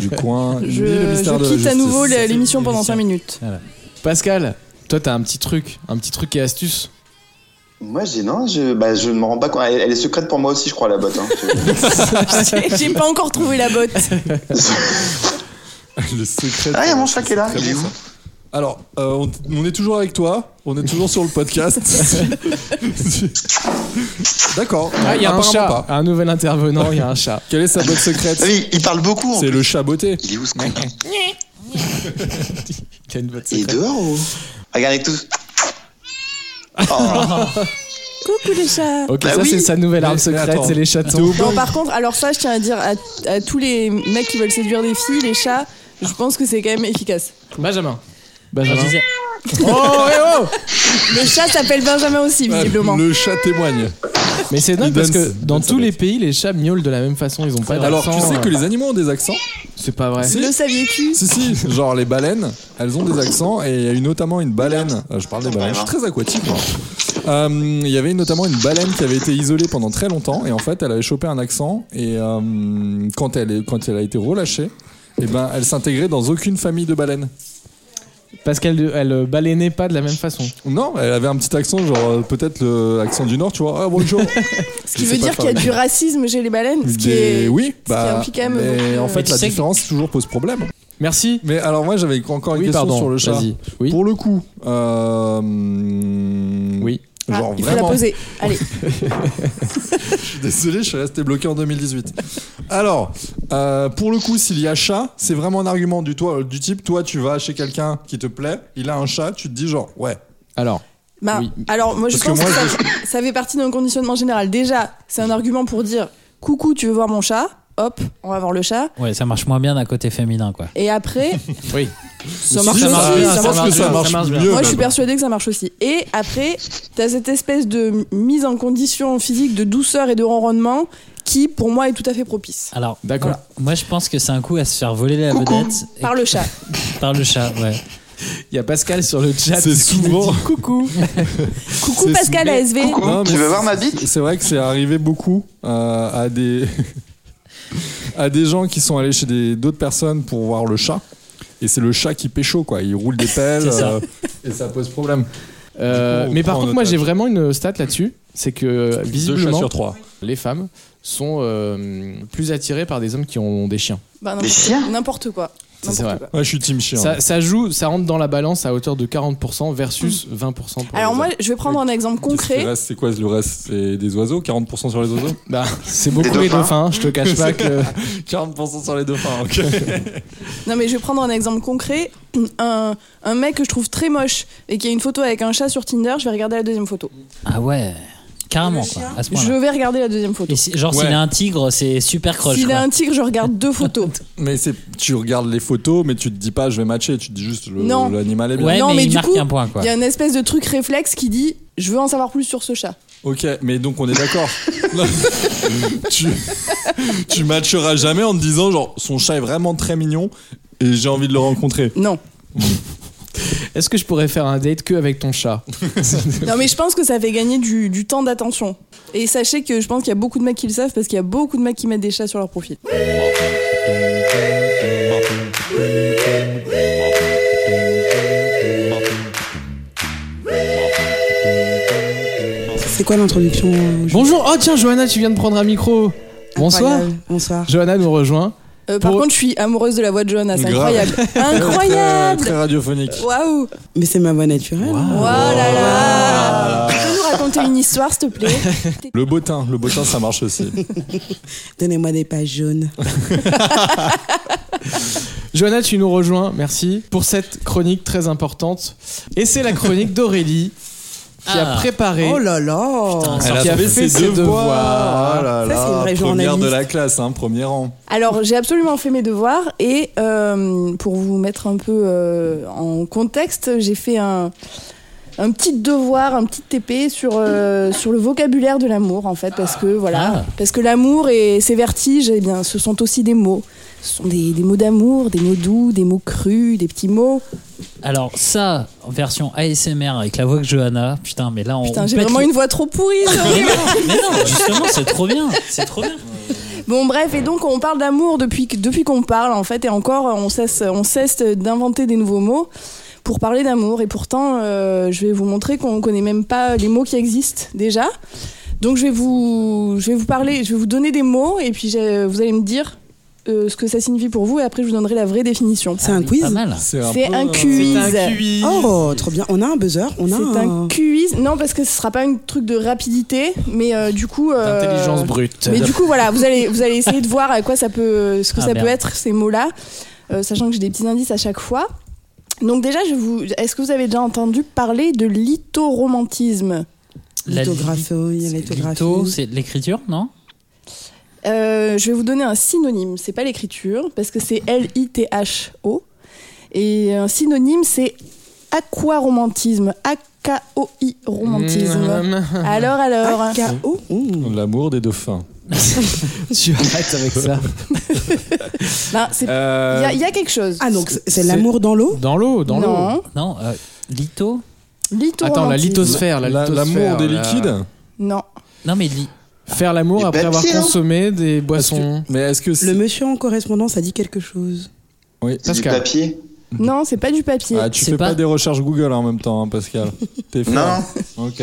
S2: du coin. ni
S3: Je,
S2: le ministère
S3: je
S2: de la
S3: quitte à
S2: Justice.
S3: nouveau la- l'émission pendant
S5: l'émission.
S3: 5 minutes.
S1: Pascal, toi t'as un petit truc, un petit truc et astuce.
S4: Moi, j'ai non, je, bah, je ne me rends pas compte. Elle, elle est secrète pour moi aussi, je crois, la botte. hein.
S3: J'ai j'ai pas encore trouvé la botte.
S2: Le secret.
S4: ah, il y a mon chat qui est là.
S2: Très
S4: Il est
S2: bon,
S4: où
S2: ça. Alors, euh, on, on est toujours avec toi. On est toujours sur le podcast. D'accord.
S1: Ah, il y a un
S2: Apparemment
S1: chat,
S2: pas.
S1: un nouvel intervenant, il y a un chat.
S2: Quelle est sa botte secrète
S4: Ah oui, il parle beaucoup. en
S2: C'est
S4: fait.
S2: le chat beauté.
S4: Il est où ce con
S1: Il y a une botte
S4: Il est
S1: secrète.
S4: dehors ou Regardez tous. Oh,
S3: Coucou les chats.
S1: Ok,
S4: Bah
S1: ça
S4: oui.
S1: c'est sa nouvelle arme
S2: Mais- mais
S1: secrète,
S2: attends.
S1: c'est les chatons.
S3: Bon par contre, alors ça je tiens à dire à, à tous les mecs qui veulent séduire des filles, les chats, je pense que c'est quand même efficace.
S1: Benjamin. Benjamin.
S5: Je disais-
S1: Oh, eh oh
S3: Le chat s'appelle Benjamin aussi, visiblement.
S2: Bah, Le chat témoigne.
S1: Mais c'est dingue
S2: Il
S1: parce
S2: donne-
S1: que dans
S2: donne sa
S1: tous les
S2: bête.
S1: pays, les chats miaulent de la même façon. Ils ont pas
S2: Alors, tu
S1: d'accent,
S2: sais
S1: euh,
S2: que les animaux ont des accents
S1: C'est pas vrai.
S2: Si.
S3: Le saviez-tu
S2: Si, si, genre les baleines, elles ont des accents et il y a eu notamment une baleine, euh, je parle des baleines, je suis très aquatique moi. Euh, Il y avait notamment une baleine qui avait été isolée pendant très longtemps et en fait elle avait chopé un accent et euh, quand, elle est, quand elle a été relâchée, eh ben, elle s'intégrait dans aucune famille de baleines.
S1: Parce qu'elle elle, euh, baleinait pas de la même façon.
S2: Non, elle avait un petit accent, genre euh, peut-être le accent du nord, tu vois. Ah, bonjour.
S3: Ce qui veut dire qu'il y a du racisme chez les baleines, ce qui
S2: Des-
S3: est...
S2: Oui,
S3: qui
S2: bah,
S3: implique quand même euh.
S2: mais
S3: beaucoup
S2: en
S3: de-
S5: Mais
S2: fait
S5: tu
S2: la
S5: sais que-
S2: différence toujours pose problème.
S1: Merci.
S2: Mais alors moi j'avais encore une
S1: Oui,
S2: question
S1: pardon.
S2: sur le chat.
S1: Vas-y. Oui.
S2: Pour le coup, euh, hum,
S1: Oui.
S2: Genre
S3: Ah, Il faut la
S2: vraiment.
S3: poser. Allez,
S2: Je suis désolé, je suis resté bloqué en 2018. Alors, euh, pour le coup, s'il y a chat, c'est vraiment un argument du, toi, du type, toi tu vas chez quelqu'un qui te plaît, il a un chat, tu te dis genre, ouais.
S1: Alors,
S3: Bah,
S1: Oui.
S3: alors moi je
S2: Parce que
S3: pense que,
S2: moi,
S3: ça, ça fait partie d'un conditionnement général. Déjà, c'est un argument pour dire coucou, tu veux voir mon chat Hop, on va voir le chat.
S5: Ouais, ça marche moins bien d'un côté féminin, quoi.
S3: Et après,
S1: oui.
S3: ça marche
S5: Ça marche
S3: aussi.
S5: bien,
S3: ça
S2: je
S5: ça
S3: marche-
S2: pense
S5: marche
S2: que ça
S5: bien,
S2: marche,
S5: ça marche bien.
S2: mieux.
S3: Moi, je suis
S2: même.
S3: persuadée que ça marche aussi. Et après, t'as cette espèce de mise en condition physique de douceur et de ronronnement qui, pour moi, est tout à fait propice.
S5: Alors,
S1: D'accord.
S5: voilà. moi je pense que c'est un coup à se faire voler la
S4: Coucou.
S5: vedette et-
S3: Par le chat.
S5: par le chat, ouais.
S1: Il y a Pascal sur le chat.
S2: C'est
S1: qui nous
S2: souvent-
S1: dit Coucou.
S3: Coucou
S2: C'est
S3: Pascal
S2: souvent-
S3: ASV.
S4: Coucou,
S2: Non, mais
S4: tu veux
S2: c'est-
S4: voir ma bite
S2: C'est vrai que c'est arrivé beaucoup euh, à des à des gens qui sont allés chez des- d'autres personnes pour voir le chat. Et c'est le chat qui pécho, quoi. Il roule des pelles
S5: C'est ça.
S2: euh, et ça pose problème. Du coup,
S1: Euh,
S2: Oh, on
S1: mais par
S2: prend
S1: contre,
S2: en
S1: moi, j'ai
S2: otage.
S1: vraiment une stat là-dessus. C'est que
S2: Deux chats
S1: visiblement,
S2: sur trois.
S1: les femmes sont euh, plus attirées par des hommes qui ont des chiens.
S3: Bah,
S4: Des
S3: n'importe-
S4: chiens
S3: N'importe quoi.
S1: Ça, c'est
S3: N'importe
S1: vrai.
S3: quoi.
S2: Ouais, je suis team chien.
S1: Ça, ça joue, ça rentre dans la balance à hauteur de 40% versus 20% pour
S3: Alors
S1: les
S3: moi,
S1: hommes.
S3: je vais prendre un exemple
S2: Qu'est-ce qui
S3: concret.
S2: reste C'est quoi le reste C'est des oiseaux 40% sur les oiseaux
S1: Bah, c'est beaucoup
S4: Des
S1: les
S4: dauphins.
S1: dauphins. hein. Je te cache pas que
S2: 40% sur les dauphins, ok.
S3: Non mais je vais prendre un exemple concret. Un, un mec que je trouve très moche et qui a une photo avec un chat sur Tinder, je vais regarder la deuxième photo.
S5: Ah ouais, carrément, quoi, à ce
S3: Je
S5: point-là.
S3: vais regarder la deuxième photo.
S5: Et si- genre,
S2: Ouais.
S5: s'il a un tigre, c'est super croche.
S3: S'il
S5: quoi.
S3: a un tigre, je regarde deux photos.
S2: Mais c'est, tu regardes les photos, mais tu te dis pas je vais matcher, tu te dis juste le-
S3: Non.
S2: l'animal est bien.
S5: Ouais,
S3: Non,
S5: mais,
S3: mais
S5: il
S3: du
S5: marque
S3: coup,
S5: un point, quoi.
S3: Il y a une espèce de truc réflexe qui dit je veux en savoir plus sur ce chat.
S2: Ok, mais donc on est d'accord. Non. tu, tu matcheras jamais en te disant genre son chat est vraiment très mignon et j'ai envie de le rencontrer.
S3: Non.
S1: est-ce que je pourrais faire un date que avec ton chat
S3: Non mais je pense que ça fait gagner du, du temps d'attention. Et sachez que je pense qu'il y a beaucoup de mecs qui le savent parce qu'il y a beaucoup de mecs qui mettent des chats sur leur profil.
S8: C'est quoi l'introduction euh, je-
S1: Bonjour. Oh tiens, Johanna, tu viens de prendre un micro. Bonsoir.
S8: Incroyable. Bonsoir.
S1: Johanna nous rejoint.
S3: Euh, par
S1: Pour-
S3: contre, je suis amoureuse de la voix de Johanna, c'est
S2: Grave.
S3: incroyable.
S2: Très,
S3: incroyable
S2: très radiophonique.
S3: Waouh
S8: Mais c'est ma voix naturelle.
S3: Oh là là Tu peux nous raconter une histoire, s'il te plaît
S2: Le bottin, le bottin ça marche aussi.
S8: Donnez-moi des pages jaunes.
S1: Johanna, tu nous rejoins. Merci pour cette chronique très importante. Et c'est la chronique d'Aurélie qui a
S5: Ah.
S1: préparé.
S8: Oh là là
S5: Putain,
S1: Elle a
S5: sorti-
S1: fait ses devoirs.
S2: Oh là
S8: Ça, c'est une
S2: là,
S8: vraie
S2: première de
S8: journaliste.
S2: la classe, hein, premier rang.
S3: Alors, j'ai absolument fait mes devoirs et euh, pour vous mettre un peu euh, en contexte, j'ai fait un, un petit devoir, un petit TP sur, euh, sur le vocabulaire de l'amour en fait, parce que voilà,
S5: Ah.
S3: parce que l'amour et ses vertiges, eh bien, ce sont aussi des mots. Ce sont des, des mots d'amour, des mots doux, des mots crus, des petits mots.
S5: Alors, ça, en version ASMR avec la voix que Johanna, putain, mais là, on.
S3: Putain,
S5: on
S3: j'ai
S5: pète
S3: vraiment
S5: le-
S3: une voix trop pourrie. c'est
S5: Mais
S3: horrible.
S5: non, mais non, justement, c'est trop bien. C'est trop bien.
S3: Bon bref, et donc on parle d'amour depuis, que- depuis qu'on parle en fait, et encore on cesse, on cesse d'inventer des nouveaux mots pour parler d'amour, et pourtant euh, je vais vous montrer qu'on connaît même pas les mots qui existent déjà. Donc je vais vous, je vais vous parler, je vais vous donner des mots, et puis j'ai- vous allez me dire euh, ce que ça signifie pour vous, et après je vous donnerai la vraie définition.
S8: C'est un
S5: Pas
S8: quiz
S5: mal.
S3: C'est
S2: peu,
S3: un
S2: euh,
S3: quiz.
S8: Ah, Oh, trop bien. On a un buzzer. On
S3: C'est
S8: a
S3: un
S8: un...
S3: quiz. Non, parce que ce sera pas un truc de rapidité, mais euh, du coup. euh,
S1: D'intelligence brute.
S3: Mais du coup, voilà, vous allez, vous allez essayer de voir à quoi ça peut, ce que
S5: Ah,
S3: ça
S5: merde.
S3: peut être ces mots-là, euh, sachant que j'ai des petits indices à chaque fois. Donc déjà, je vous, est-ce que vous avez déjà entendu parler de lithoromantisme
S5: La
S8: lithographie.
S5: Litho, c'est de l'écriture, non
S3: Euh, Je vais vous donner un synonyme. C'est pas l'écriture, parce que c'est L-I-T-H-O, et un synonyme c'est aquaromantisme, AKOI romantisme.
S1: Mmh.
S3: Alors, alors.
S8: Ah, AKO ouh.
S2: L'amour des dauphins.
S1: tu arrêtes avec ça.
S3: Ben, c'est- Il y, a- il y a quelque chose.
S8: Ah, donc c'est- c'est
S1: C'est-
S8: l'amour dans l'eau
S1: Dans l'eau, dans l'eau.
S3: non.
S5: Non, euh, litho
S3: Lithoromantisme.
S1: Attends, la lithosphère, la
S2: La-
S1: lithosphère,
S2: L'amour des
S1: la-
S2: liquides
S3: Non.
S5: Non, mais li-
S1: Faire l'amour
S4: Les
S1: après avoir
S4: Pepsi, hein.
S1: consommé des boissons.
S2: Mais est-ce que
S8: Le
S2: c'est.
S8: monsieur en correspondance a dit quelque chose.
S2: Oui.
S4: C'est du
S1: Pascal.
S4: papier
S3: Non, c'est pas du papier.
S2: Ah, tu
S5: C'est
S2: fais pas...
S5: pas
S2: des recherches Google en même temps, hein, Pascal. T'es fou,
S4: Non.
S2: hein. Ok.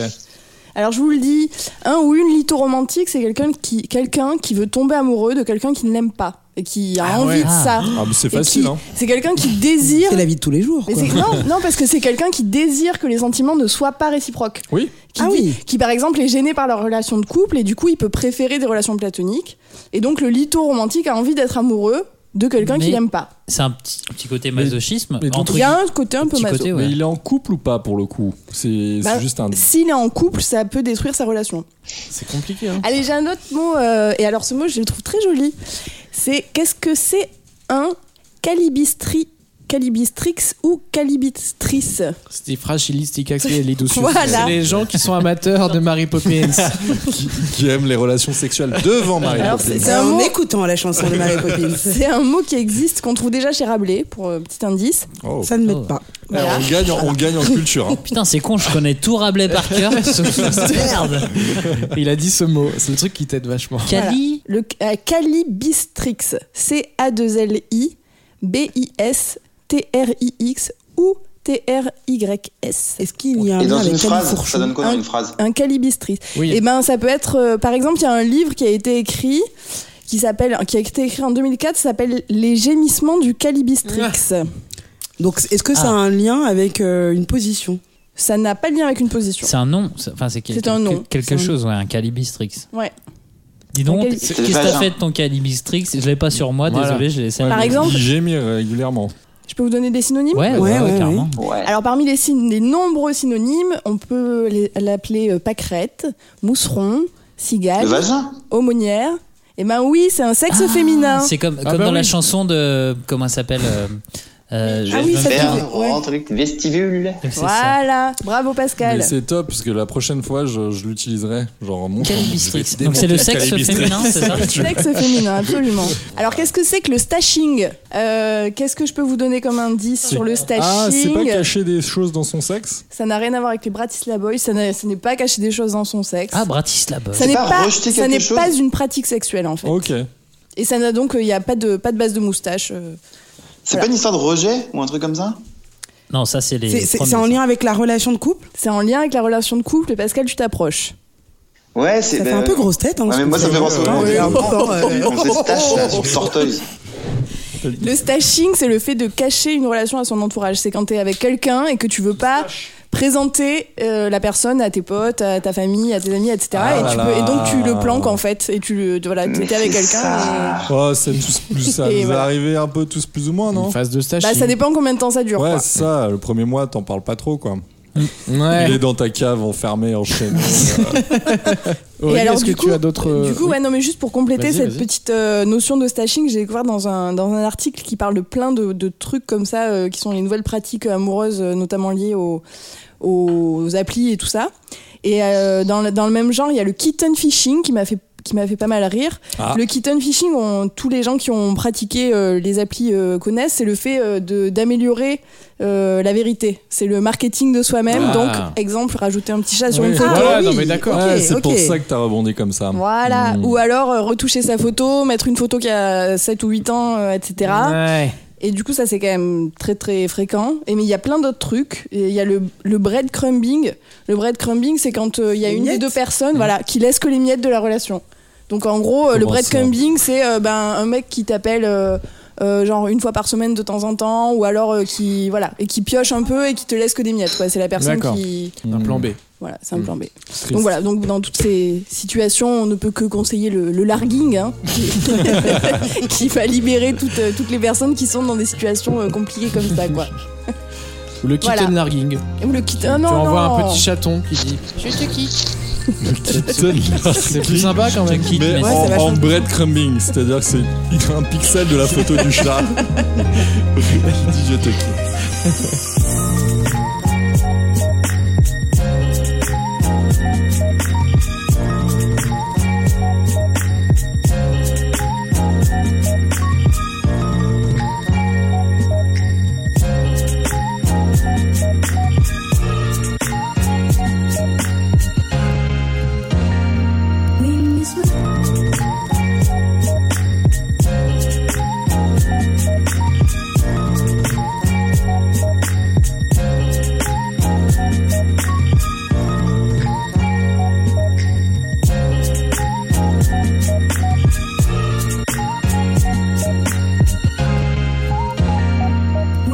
S3: Alors je vous le dis, un ou une lithoromantique, c'est quelqu'un qui, quelqu'un qui veut tomber amoureux de quelqu'un qui ne l'aime pas et qui a
S5: Ah
S3: envie
S5: ouais.
S3: de
S5: Ah.
S3: ça.
S2: Ah, mais c'est
S3: Et
S2: facile,
S3: qui-
S2: hein.
S3: C'est quelqu'un qui désire.
S8: C'est la vie de tous les jours.
S3: Mais
S8: quoi.
S3: c'est- non, non, parce que c'est quelqu'un qui désire que les sentiments ne soient pas réciproques.
S2: Oui.
S3: Qui,
S8: Ah
S3: dit-
S8: oui.
S3: qui par exemple est gêné par leur relation de couple et du coup il peut préférer des relations platoniques. Et donc le lithoromantique a envie d'être amoureux de quelqu'un
S5: Mais-
S3: qu'il n'aime pas.
S5: c'est un petit, un petit côté masochisme.
S2: mais donc-
S5: entre
S3: Il y a un côté un peu
S5: petit
S3: maso.
S5: côté, ouais.
S2: Mais il est en couple ou pas pour le coup C'est c'est
S3: Bah,
S2: juste un.
S3: S'il est en couple, ça peut détruire sa relation.
S1: C'est compliqué. Hein.
S3: Allez, j'ai un autre mot, euh, et alors ce mot, je le trouve très joli. C'est qu'est-ce que c'est un calibistri, calibistrix ou calibistrice
S1: C'était fragilistique et les douces.
S3: Voilà.
S1: C'est les gens qui sont amateurs de Mary Poppins.
S2: Qui, qui aime les relations sexuelles devant Marie.
S3: Alors,
S2: Poppins.
S3: c'est un
S8: en
S3: mot-
S8: écoutant la chanson de Mary Poppins.
S3: C'est un mot qui existe, qu'on trouve déjà chez Rabelais, pour euh, petit indice.
S2: Oh.
S8: Ça ne m'aide pas.
S2: Eh, on, gagne, en- on gagne en culture. hein.
S5: Putain, c'est con, je connais tout Rabelais par cœur. sauf que- Merde
S1: Il a dit ce mot. C'est le truc qui t'aide vachement.
S5: Cali
S3: Le euh, calibistrix, C-A-2-L-I, B-I-S-T-R-I-X ou T-R-Y-S.
S8: Est-ce qu'il y a un
S4: Et
S8: lien
S4: dans
S8: avec
S4: une
S8: Camille
S4: phrase,
S8: Fourchon
S4: ça donne quoi
S3: Un-
S4: dans une phrase
S3: Un calibistrice.
S1: Oui.
S3: Et ben ça peut être, euh, par exemple, il y a un livre qui a été écrit, qui s'appelle, qui a été écrit en 2004, ça s'appelle Les gémissements du calibistrix.
S5: Ah.
S8: Donc, est-ce que ça a un lien avec euh, une position
S3: Ça n'a pas de lien avec une position.
S5: C'est un nom. c'est- Enfin, c'est quel-
S3: C'est un nom.
S5: Quelque
S3: C'est un-
S5: chose, ouais, un calibistrix.
S3: Ouais.
S5: Dis donc,
S3: Un cali-
S5: qu'est-ce que t'as fait de ton calibistrix Je l'ai pas sur moi,
S1: Voilà.
S5: désolé, je l'ai laissé. à-
S2: Ouais,
S3: Par
S2: mais
S3: exemple-
S2: Il gémit régulièrement.
S3: Je peux vous donner des synonymes
S5: Ouais, ouais,
S8: Ouais,
S5: ouais,
S8: ouais,
S5: carrément.
S4: Ouais.
S3: Alors parmi les, syn- les nombreux synonymes, on peut les- l'appeler euh, pâquerette, mousseron,
S4: Le
S3: cigale,
S4: vagin
S3: aumônière. Et ben oui, c'est un sexe
S5: Ah,
S3: féminin.
S5: C'est comme, comme
S1: bah
S5: dans la
S1: oui.
S5: chanson de. Comment elle s'appelle euh, euh,
S8: Ah
S5: je-
S8: oui,
S5: je-
S8: ça
S5: je-
S8: te-
S4: Père,
S8: ouais.
S4: rentre avec tes vestibules.
S5: c'est ça.
S3: Voilà, bravo
S2: Mais
S3: Pascal.
S2: c'est top parce que la prochaine fois je, je l'utiliserai. Genre mon
S5: Calibistrix. Donc c'est le sexe féminin, c'est ça
S3: Sexe féminin, absolument. Alors, qu'est-ce que c'est que le stashing Euh, Qu'est-ce que je peux vous donner comme indice sur le
S2: Ah, c'est pas
S3: stashing
S2: cacher des choses dans son sexe
S3: Ça n'a rien à voir avec les Bratislava Boys, ça n'a- ça n'est pas cacher des choses dans son sexe.
S2: bah.
S5: Ah, Bratislava.
S3: ça n'est
S4: pas
S3: pas,
S4: rejeter
S3: ça
S4: quelque
S3: n'est
S4: chose
S3: pas une pratique sexuelle en fait.
S2: Ok.
S3: Et ça n'a donc, il n'y a pas de, pas de base de moustache. euh.
S4: C'est
S3: Voilà.
S4: pas une histoire de rejet ou un truc comme ça
S5: Non, ça, c'est les.
S8: C'est- C'est
S5: premiers.
S8: c'est en lien avec la relation de couple
S3: C'est en lien avec la relation de couple et Pascal, tu t'approches.
S4: Ouais, c'est.
S8: Ça fait
S4: ben,
S8: un peu grosse tête. Hein,
S4: Ouais,
S8: ce
S4: mais
S8: que
S4: moi,
S8: vous
S4: ça me fait
S8: faites.
S4: penser au
S8: Ouais, ouais,
S4: moment
S8: important, ouais.
S4: On se stache là, sur le torteuil.
S3: Le stashing, c'est le fait de cacher une relation à son entourage. C'est quand t'es avec quelqu'un et que tu veux pas présenter euh, la personne à tes potes, à ta famille, à tes amis, etc.
S2: Ah
S3: et, tu
S2: là
S3: peux-
S2: là.
S3: et donc tu le planques en fait. Et tu le, voilà,
S4: Mais
S3: t'étais avec
S4: c'est
S3: quelqu'un.
S4: ça.
S3: et-
S2: Oh, c'est tous plus. Ça
S3: Et
S2: nous est
S3: voilà.
S2: arrivé un peu tous plus ou moins, non
S1: Une phase de stage.
S3: Bah, ça dépend combien de temps ça dure.
S2: Ouais,
S3: quoi.
S2: c'est ça. Le premier mois, t'en parles pas trop, quoi. Il est
S1: Ouais.
S2: dans ta cave, enfermé, enchaîné.
S1: Aurélie,
S3: Et alors,
S1: est-ce que
S3: du
S1: tu
S3: coup-
S1: as d'autres. euh,
S3: Du coup, ouais, non, mais juste pour compléter
S1: Vas-y,
S3: cette
S1: vas-y.
S3: petite euh, notion de stashing, j'ai découvert dans un, dans un article qui parle de plein de, de trucs comme ça, euh, qui sont les nouvelles pratiques amoureuses, euh, notamment liées aux, aux, applis et tout ça. Et euh, dans, le, dans le même genre, il y a le kitten fishing qui m'a fait qui m'a fait pas mal rire.
S2: Ah.
S3: Le kitten fishing, on- tous les gens qui ont pratiqué euh, les applis euh, connaissent, c'est le fait euh, de- d'améliorer euh, la vérité. C'est le marketing de soi-même.
S1: Ah.
S3: Donc, exemple, rajouter un petit chat sur
S1: Oui.
S3: une photo.
S1: Voilà,
S8: Ah,
S1: non,
S8: oui.
S1: mais d'accord.
S2: Ouais, c'est
S8: ok.
S2: pour ça que t'as rebondi comme ça.
S3: Voilà,
S2: Mm.
S3: ou alors euh, retoucher sa photo, mettre une photo qui a 7 ou 8 ans, euh, etc.
S1: Ouais.
S3: Et du coup, ça c'est quand même très très fréquent. Et mais il y a plein d'autres trucs. Et Il y a le, le bread crumbing. Le bread crumbing, c'est quand euh, il y a
S8: Les
S3: une
S8: miettes
S3: des deux personnes voilà, qui laisse que les miettes de la relation. Donc en gros, euh, le
S2: Comment
S3: bread
S2: ça
S3: crumbing, c'est euh, ben, un mec qui t'appelle euh, euh, genre une fois par semaine de temps en temps, ou alors euh, qui, voilà, et qui pioche un peu et qui te laisse que des miettes. quoi. C'est la personne
S1: D'accord.
S3: qui.
S1: Un plan B.
S3: Voilà, c'est un
S1: Mm.
S3: plan B. Donc voilà, donc dans toutes ces situations, on ne peut que conseiller le, le larguing, hein, qui- qui va libérer toutes, euh, toutes les personnes qui sont dans des situations euh, compliquées comme ça, quoi.
S1: Ou le kitten
S3: Voilà.
S1: larguing.
S3: Ou le kit. Ah
S1: tu
S3: non,
S1: envoies
S3: non.
S1: un petit chaton qui dit.
S6: Je te quitte.
S1: C'est plus sympa quand même.
S5: Kit,
S2: Mais
S5: mais-
S2: en,
S8: c'est vachement-
S2: en breadcrumbing, c'est-à-dire que c'est il a un pixel de la photo du chat. Il dit je te quitte.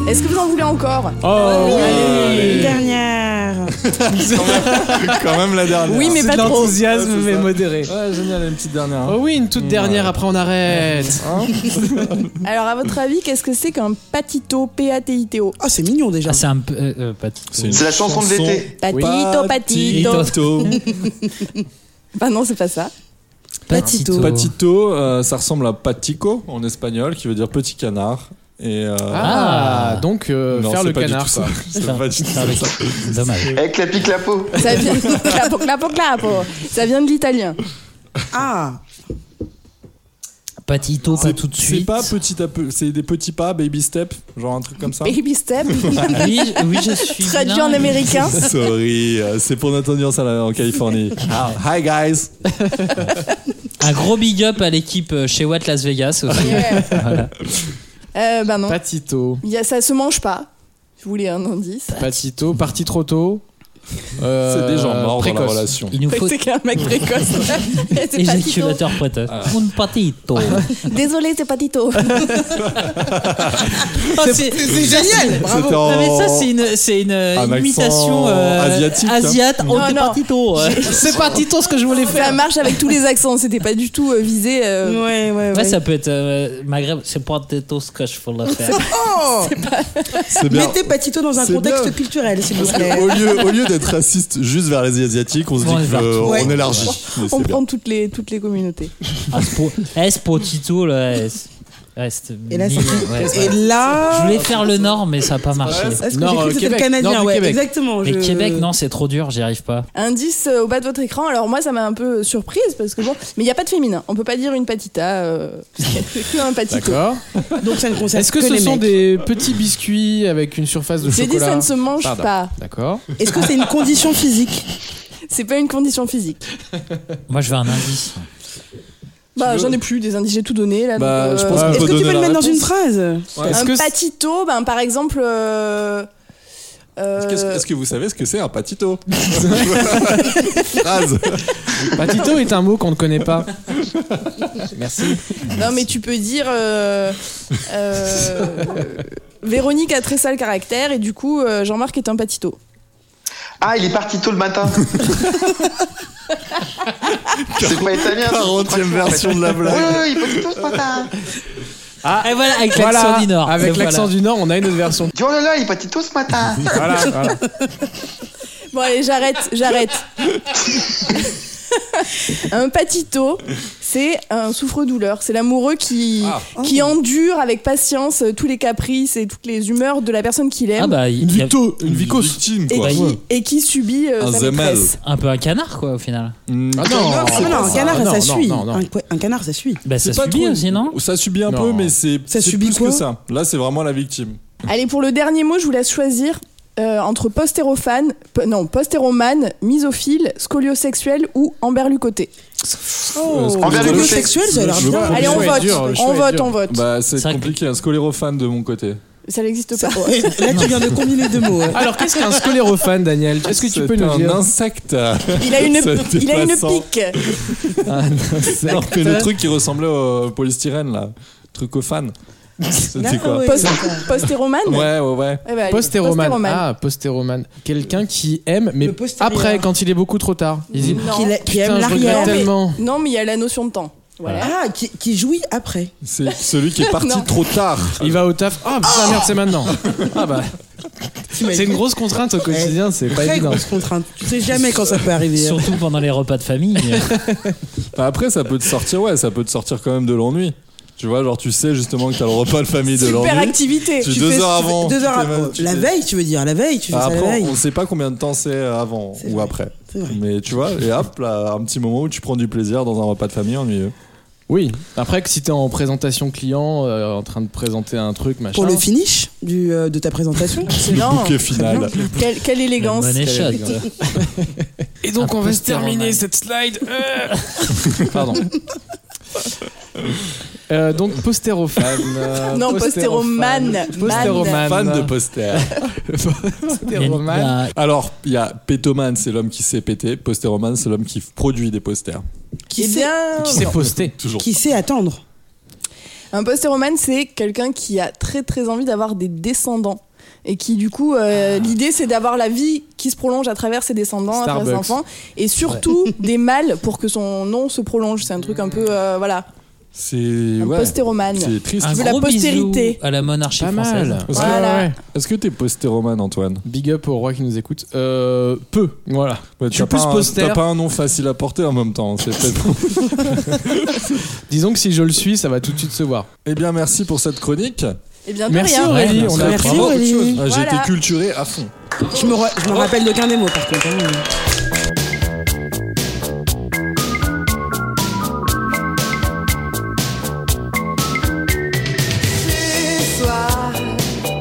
S3: Est-ce que vous en voulez encore
S1: Oh,
S8: Une dernière.
S2: Quand même la dernière.
S3: Oui, mais
S1: C'est
S3: pas
S1: de
S3: trop.
S1: l'enthousiasme,
S2: Ouais, c'est
S1: mais
S2: ça.
S1: modéré.
S2: Ouais, génial, une petite dernière. hein.
S1: Oh oui, une toute dernière, après on arrête.
S3: Alors, à votre avis, qu'est-ce que c'est qu'un patito P-A-T-I-T-O
S8: Ah, c'est mignon déjà.
S5: Ah, c'est un peu. euh, euh, pas-
S4: C'est la chanson de l'été.
S3: Patito, patito. Bah non, c'est pas ça.
S5: euh,
S8: Patito.
S2: Patito, euh, ça ressemble à patico en espagnol, qui veut dire petit canard. Et euh,
S1: Ah, donc euh,
S2: non,
S1: faire
S2: c'est
S1: le
S2: pas du
S1: canard.
S2: tout
S1: quoi.
S2: ça. C'est pas du tout ça.
S5: Dommage.
S4: Avec la pique la peau.
S3: Ça vient, clapo, clapo, clapo. Ça vient de l'italien.
S8: Ah,
S5: Patito, pas tout de
S2: C'est
S5: suite.
S2: pas petit à peu, c'est des petits pas, baby step, genre un truc comme ça.
S3: Baby step,
S5: oui, je- oui, je suis.
S3: traduit en
S5: bilingue.
S3: américain.
S2: Sorry, euh, c'est pour notre audience à la- en Californie. Ah, hi guys.
S5: Un gros big up à l'équipe euh, chez Watt Las Vegas aussi.
S3: Ouais. Euh, bah non.
S1: Patito.
S3: Il y a- ça se mange pas. Je voulais un indice.
S1: Patito, parti trop tôt.
S2: C'est
S1: Euh,
S2: des gens morts dans
S1: précoce.
S2: la relation.
S5: Il nous faut
S3: C'est qu'un mec précoce. Et c'est patito.
S5: éjaculateur précoce.
S2: Ah.
S5: Un patito. Oh,
S3: Désolé, c'est patito.
S5: c'est
S8: c'est génial.
S2: C'était en-
S5: Non, mais ça, c'est une, c'est une, euh,
S2: Un accent
S5: une imitation euh,
S2: asiatique, hein.
S5: asiate. Oh,
S3: Non,
S5: t'es
S3: non.
S5: patito. euh.
S1: C'est Patito ce que je voulais faire.
S3: Ça marche avec tous les accents. C'était pas du tout euh, visé. euh,
S8: Ouais, ouais, ouais.
S5: Ouais, ça peut être euh, Maghreb, c'est patito ce que je faut le faire.
S8: Oh
S2: C'est Eh bien.
S8: Mettez Patito dans un
S2: C'est
S8: contexte
S2: bien.
S8: culturel, s'il vous
S2: Parce
S8: plaît.
S2: que au lieu, au lieu d'être raciste juste vers les Asiatiques, on se dit
S5: On est
S2: qu'on
S8: partout. Ouais.
S2: élargit. Mais
S3: on
S2: c'est bien.
S3: prend toutes les, toutes les communautés.
S5: Ah, ce po- eh, ce potito, là. eh, c'est- ouais, c'était
S8: Et là, c'est-
S5: mignon, ouais.
S8: Et
S5: Je
S8: là.
S5: voulais faire le Nord, mais ça n'a pas marché.
S8: Est-ce que
S1: Nord,
S8: j'ai cru
S1: euh,
S8: que c'était le
S1: Québec.
S8: canadien
S1: Nord du
S8: ouais,
S1: Québec.
S8: exactement.
S5: Mais
S8: je-
S5: Québec, non, c'est trop dur, j'y arrive pas.
S3: Indice euh, au bas de votre écran. Alors moi, ça m'a un peu euh, surprise parce que bon, mais il n'y a pas de féminin. On peut pas dire une patita. Euh, c'est que un patito.
S1: D'accord.
S8: Donc ça ne concerne
S1: Est-ce que, ce
S8: les
S1: sont
S8: mecs.
S1: des petits biscuits avec une surface de
S3: J'ai dit ça
S1: chocolat
S3: ne se mange
S1: Pardon.
S3: pas.
S1: D'accord.
S8: Est-ce que c'est une condition physique
S3: C'est pas une condition physique.
S5: Moi, je veux un indice.
S3: Bah j'en ai plus des indices. J'ai tout donné là.
S2: Bah,
S3: donc,
S2: je
S3: euh,
S2: pense
S1: ouais.
S2: qu'on
S8: Est-ce
S2: peut
S8: que tu
S2: donner
S8: peux le
S2: la
S8: mettre dans une
S2: réponse.
S8: phrase
S1: Est-ce
S3: un
S1: que c'est-
S3: patito, ben, par exemple. euh, euh,
S2: Qu'est-ce- Est-ce que vous savez ce que c'est un patito Phrase.
S1: Patito est un mot qu'on ne connaît pas. Merci.
S3: Non, mais tu peux dire. euh, euh, Véronique a très sale caractère et du coup, euh, Jean-Marc est un patito.
S4: Ah, il est parti tôt le matin. c'est pas italien. ça.
S2: 40e version de la
S4: Oui,
S2: blague.
S4: oui, oui, il est parti tôt ce matin.
S5: Ah, Et voilà, avec l'accent
S1: Voilà.
S5: du Nord.
S1: Avec
S5: Voilà.
S1: l'accent du Nord, on a une autre version.
S4: Dis, oh là là, il est parti tôt ce matin.
S1: Voilà, voilà.
S3: Bon, allez, j'arrête, j'arrête. un patito, c'est un souffre-douleur. C'est l'amoureux qui,
S1: Ah.
S3: qui endure avec patience euh, tous les caprices et toutes les humeurs de la personne qu'il aime.
S5: Ah, bah, il y a
S2: Victo, une vicose.
S1: bah,
S3: et,
S5: quoi.
S3: qui,
S5: Ouais.
S3: et qui subit euh,
S2: Un
S3: sa
S2: zemel.
S3: maîtresse.
S5: un peu un canard, quoi, au final.
S2: Mm.
S1: Ah non,
S8: Ah non, un canard,
S1: non,
S8: ça
S1: non,
S8: suit.
S1: non, non.
S8: Un, quoi- un canard, ça suit.
S5: Bah, ça
S2: C'est pas
S5: subit
S2: trop-
S5: aussi, non
S2: Ça subit un
S1: Non.
S2: peu, mais c'est
S8: Ça
S2: c'est
S8: subit
S2: plus
S8: quoi
S2: que ça. Là, c'est vraiment la victime.
S3: Allez, pour le dernier mot, je vous laisse choisir euh, entre postérophane, p- non, postéromane, misophile, scoliosexuel ou emberlucoté.
S2: ce
S8: Oh,
S2: qu'on
S4: veut
S8: le
S4: dire,
S8: sexuel, ça a l'air
S2: je veux
S8: bien.
S2: pas-
S3: Allez, on
S1: choix est
S3: vote,
S1: dur, Ah, le choix
S3: on
S1: est
S3: vote,
S1: dur.
S3: on vote.
S2: Bah, c'est
S5: C'est vrai que-
S2: compliqué, un scolérophane de mon côté.
S3: Ça n'existe pas.
S8: Là, tu viens de combiner deux mots. ouais.
S1: Alors, qu'est-ce qu'un sclérofane, Daniel Est-ce que tu
S2: C'est
S1: peux nous
S2: un
S1: dire
S2: insecte.
S3: Il a une,
S2: Ça
S3: il a une
S1: hein.
S2: dépassant.
S3: pique.
S2: Non,
S1: insecte
S2: mais le truc qui ressemblait au polystyrène, là. Truc au fan. C'était
S8: Ah,
S2: quoi
S8: ouais,
S3: Post-
S8: d'accord.
S3: postéromane
S2: Ouais, ouais, ouais.
S3: Eh ben, allez,
S1: Postéromane.
S3: postéromane.
S1: Ah, postéromane. Quelqu'un qui aime, mais
S8: Le postérieur.
S1: après, quand il est beaucoup trop tard. Il dit
S3: Non.
S8: Qui, qui aime
S1: Putain, je regrette
S8: l'arrière.
S3: mais-
S1: tellement.
S3: Non, mais il y a la notion de temps. Voilà.
S8: Ah, qui, qui jouit après.
S2: C'est celui qui est
S3: Non.
S2: parti trop tard.
S1: Il va au taf. Ah, putain, merde, c'est maintenant. Ah bah. C'est une grosse contrainte au quotidien, c'est pas
S8: Très
S1: évident.
S8: grosse contrainte. Tu sais jamais quand ça peut arriver. hein.
S5: Surtout pendant les repas de famille. euh,
S2: Bah, après, ça peut te sortir, ouais, ça peut te sortir quand même de l'ennui. Tu vois, genre, tu sais justement que t'as le repas de famille de
S3: Super
S2: l'ennui.
S3: activité.
S2: Tu- deux heures
S8: tu fais
S2: avant,
S8: Deux
S2: tu
S8: heures
S2: t'es-
S8: avant.
S2: tu
S8: La
S2: t'es-
S8: veille, tu veux dire. La veille, tu fais ça la
S2: Bah, Après,
S8: veille.
S2: on sait pas combien de temps c'est avant
S8: C'est
S2: ou
S8: vrai.
S2: après.
S8: C'est vrai.
S2: Mais tu vois, et hop, là, un petit moment où tu prends du plaisir dans un repas de famille ennuyeux.
S1: Oui. Après, que si t'es en présentation client, euh, en train de présenter un truc, machin.
S8: Pour le finish du, euh, de ta présentation.
S3: Non.
S2: Le bouquet final.
S3: Quelle, quelle élégance.
S5: Money shot.
S1: Et donc,
S5: Un
S1: on va se
S5: poster
S1: terminer
S5: en
S1: cette slide. Euh. Pardon. Euh, donc, postérophane. euh,
S3: Non, postéromane.
S1: Postéromane.
S2: Fan de poster.
S5: Il y a- bah, il y
S1: Postéromane.
S5: a-
S2: Alors, il y a Pétoman, c'est l'homme qui sait péter. Postéroman, c'est l'homme qui produit des posters.
S8: Eh
S3: Qui bien.
S1: Qui s'est posté
S2: Toujours.
S8: Qui sait attendre.
S3: Un postéroman, c'est quelqu'un qui a très très envie d'avoir des descendants. Et qui, du coup,
S2: Ah.
S3: euh, l'idée, c'est d'avoir la vie qui se prolonge à travers ses descendants, à travers
S1: Starbucks.
S3: ses enfants. Et surtout, des mâles pour que son nom se prolonge. C'est un truc un peu, euh, voilà,
S2: C'est.
S3: un
S2: Ouais.
S3: postéromane.
S2: C'est triste.
S5: Un
S3: veux la
S5: gros
S3: postérité.
S5: bisou à la monarchie
S1: Pas
S5: française.
S1: mal.
S2: Est-ce que-
S3: Voilà.
S2: Est-ce que t'es postéromane, Antoine
S1: Big up au roi qui nous écoute. Euh, peu, voilà.
S2: Ouais,
S1: Je suis
S2: T'as
S1: plus
S2: pas, un-
S1: poster.
S2: t'as pas un nom facile à porter en même temps. C'est peut-être
S1: Disons que si je le suis, ça va tout de suite se voir.
S2: Eh bien, merci pour cette chronique.
S3: Et bien, de
S1: Merci
S3: rien.
S1: Aurélie, on a
S8: Merci,
S1: appris.
S2: Bravo, autre
S8: Aurélie.
S2: chose. Ah, J'ai
S3: Voilà.
S2: été culturé à fond.
S8: Je me, re- je me rappelle d'aucun des mots par contre. hein, mais-
S7: Ce soir,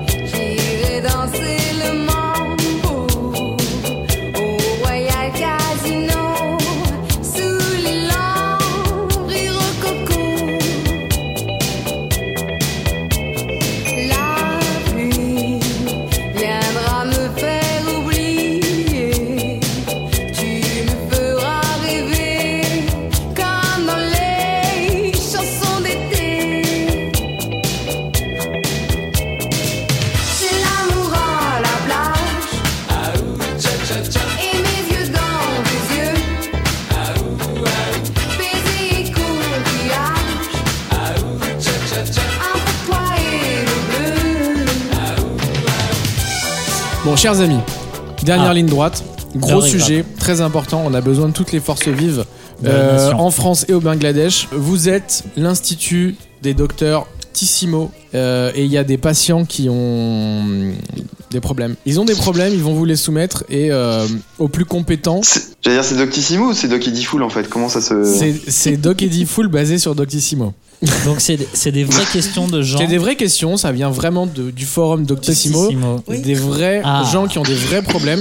S7: j'irai danser le mambo au Royal Casino sous les lampes rire au coco. La pluie viendra me faire oublier. Tu me feras rêver comme dans les chansons d'été. C'est l'amour à la plage. Et mes yeux dans tes yeux. Baiser et coquillage. Un pour toi et le bleu.
S1: Bon, chers amis, dernière
S5: Ah.
S1: ligne droite. Gros
S5: Dernier
S1: sujet, très important. On a besoin de toutes les forces vives
S5: De la
S1: euh,
S5: nation.
S1: en France et au Bangladesh. Vous êtes l'institut des docteurs Tissimo euh, et il y a des patients qui ont des problèmes. Ils ont des problèmes, ils vont vous les soumettre et euh, au plus compétent,
S4: C'est- J'allais dire, c'est Doctissimo ou c'est Doc Eddie Fool en fait Comment ça se.
S1: c'est c'est Doc Eddie Full basé sur Doctissimo.
S5: Donc c'est des- c'est des vraies questions de gens.
S1: C'est des vraies questions, ça vient vraiment de- du forum Doctissimo.
S5: Tissimo.
S8: Oui.
S1: des vrais
S5: Ah.
S1: gens qui ont des vrais problèmes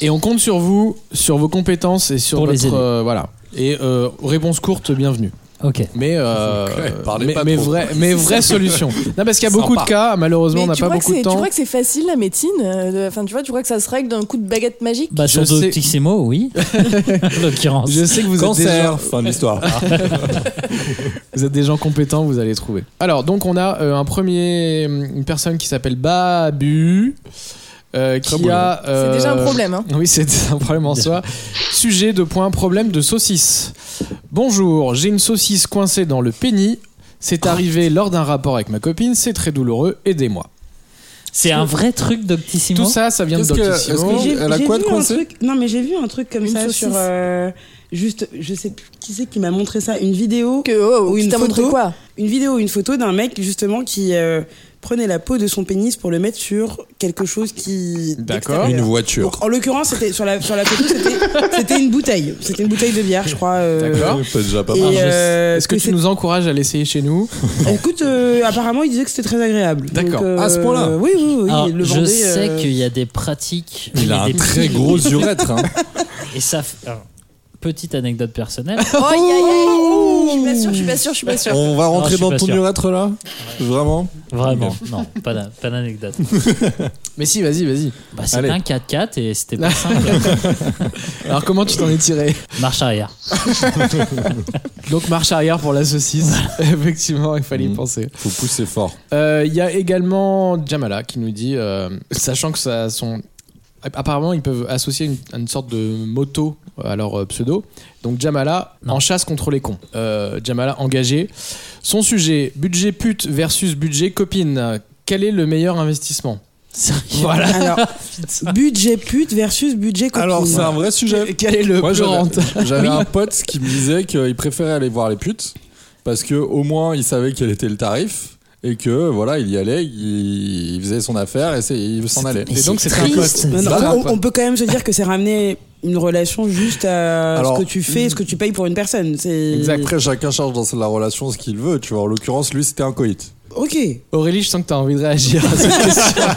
S1: et on compte sur vous sur vos compétences et sur
S5: Pour les
S1: votre
S5: aider.
S1: euh, voilà et euh, réponse courte bienvenue
S5: Ok.
S1: mais euh,
S2: Ouais, parlez
S1: mais,
S2: pas
S1: mais
S2: trop.
S1: vraies mais vraies solutions non parce qu'il y a
S2: Sympa.
S1: beaucoup de cas malheureusement
S3: Mais
S1: on n'a
S3: tu
S1: pas
S3: crois que
S1: beaucoup de
S3: c'est- Tu
S1: temps
S3: crois que c'est facile la médecine euh, de- Enfin, tu vois, tu crois que ça se règle d'un coup de baguette magique
S5: Bah
S1: Je
S5: sur
S1: sais-
S5: Tissimo, oui. en l'occurrence.
S1: je sais que vous êtes, des gens,
S2: Cancer, Ah, fin de l'histoire.
S1: vous êtes des gens compétents, vous allez trouver. Alors, donc, on a euh, un premier, une personne qui s'appelle Babu, euh,
S2: Très
S1: qui
S2: beau
S1: a.
S3: C'est
S1: euh,
S3: déjà un problème. Hein.
S1: Oui, c'est un problème en soi. Sujet de point problème de saucisse. Bonjour, j'ai une saucisse coincée dans le pénis. C'est arrivé lors d'un rapport avec ma copine, c'est très douloureux, aidez-moi.
S5: C'est un vrai truc d'Octissimo.
S1: Tout ça, ça vient de
S2: Qu'est-ce que-
S1: Doctissimo.
S8: Mais j'ai-
S2: Elle a
S8: j'ai
S2: quoi de
S8: vu un
S2: coincé
S8: truc- Non, mais j'ai vu un truc comme
S3: Une
S8: ça
S3: saucisse.
S8: sur. euh, juste, je sais plus qui c'est qui m'a montré ça. Une vidéo.
S3: Que, oh,
S8: Ou
S3: tu
S8: une
S3: t'as montré
S8: photo.
S3: quoi
S8: Une vidéo, une photo d'un mec justement qui euh, prenait la peau de son pénis pour le mettre sur quelque chose qui.
S1: D'accord.
S2: Une
S8: d'extérieur.
S2: voiture.
S8: Donc en l'occurrence, c'était sur la, sur la photo, c'était c'était une bouteille. C'était une bouteille de bière, je crois. euh,
S1: D'accord.
S2: C'est déjà pas
S8: Et,
S2: mal.
S8: euh,
S1: Est-ce que
S8: que
S1: tu
S8: c'est-
S1: nous encourages à l'essayer chez nous
S8: Écoute, euh, apparemment, il disait que c'était très agréable.
S1: D'accord.
S8: Donc, euh,
S2: À ce point-là
S8: Oui, oui, oui.
S5: Alors,
S8: le
S5: je
S8: Vendée,
S5: sais
S8: euh,
S5: qu'il y a des pratiques. il
S2: Il
S5: y
S2: a un
S5: des
S2: très
S5: pratiques-
S2: gros urètre. hein.
S5: Et ça. f- alors, petite anecdote personnelle.
S3: Oh, aïe, aïe, aïe. Je suis pas sûre, je suis pas sûre, je suis pas sûre.
S2: On va
S5: Non, je
S2: rentrer
S5: suis pas
S2: dans ton
S5: sûr.
S2: urètre là Vraiment
S5: Vraiment. Non, pas d'an- pas d'anecdote.
S1: Mais si, vas-y, vas-y.
S5: Bah, c'était
S2: Allez.
S5: un 4x4 et c'était pas simple.
S1: Alors, comment tu t'en es tiré
S5: Marche arrière.
S1: Donc, marche arrière pour la saucisse. Mm. Effectivement, il fallait y
S2: Mhm.
S1: penser.
S2: Faut pousser fort.
S1: Euh, Il y a également Jamala qui nous dit, euh, sachant que ça son Apparemment, ils peuvent associer une, une sorte de moto à leur euh, pseudo. Donc Jamala
S5: Non.
S1: en chasse contre les cons. Euh, Jamala engagé. Son sujet budget pute versus budget copine. Quel est le meilleur investissement Voilà.
S8: Alors, budget pute versus budget copine. Euh,
S2: Alors, c'est un vrai sujet.
S1: Quel est le
S2: Moi,
S1: plus
S2: j'avais-
S1: rentable
S2: J'avais un pote qui me disait qu'il préférait aller voir les putes parce que au moins il savait quel était le tarif et que voilà, il y allait, il, il faisait son affaire et c'est- il s'en allait.
S1: Et donc,
S5: c'est
S1: c'est un
S5: triste.
S1: pote.
S8: Non, non,
S1: Bah,
S8: on-
S1: quoi.
S8: on, peut quand même se dire que c'est ramener une relation juste à
S2: Alors,
S8: ce que tu fais, ce que tu payes pour une personne. C'est
S1: Exact.
S2: Après, chacun charge dans la relation ce qu'il veut, tu vois. En l'occurrence, lui, c'était un coït.
S8: Ok.
S1: Aurélie, je sens que t'as envie de réagir. à ça.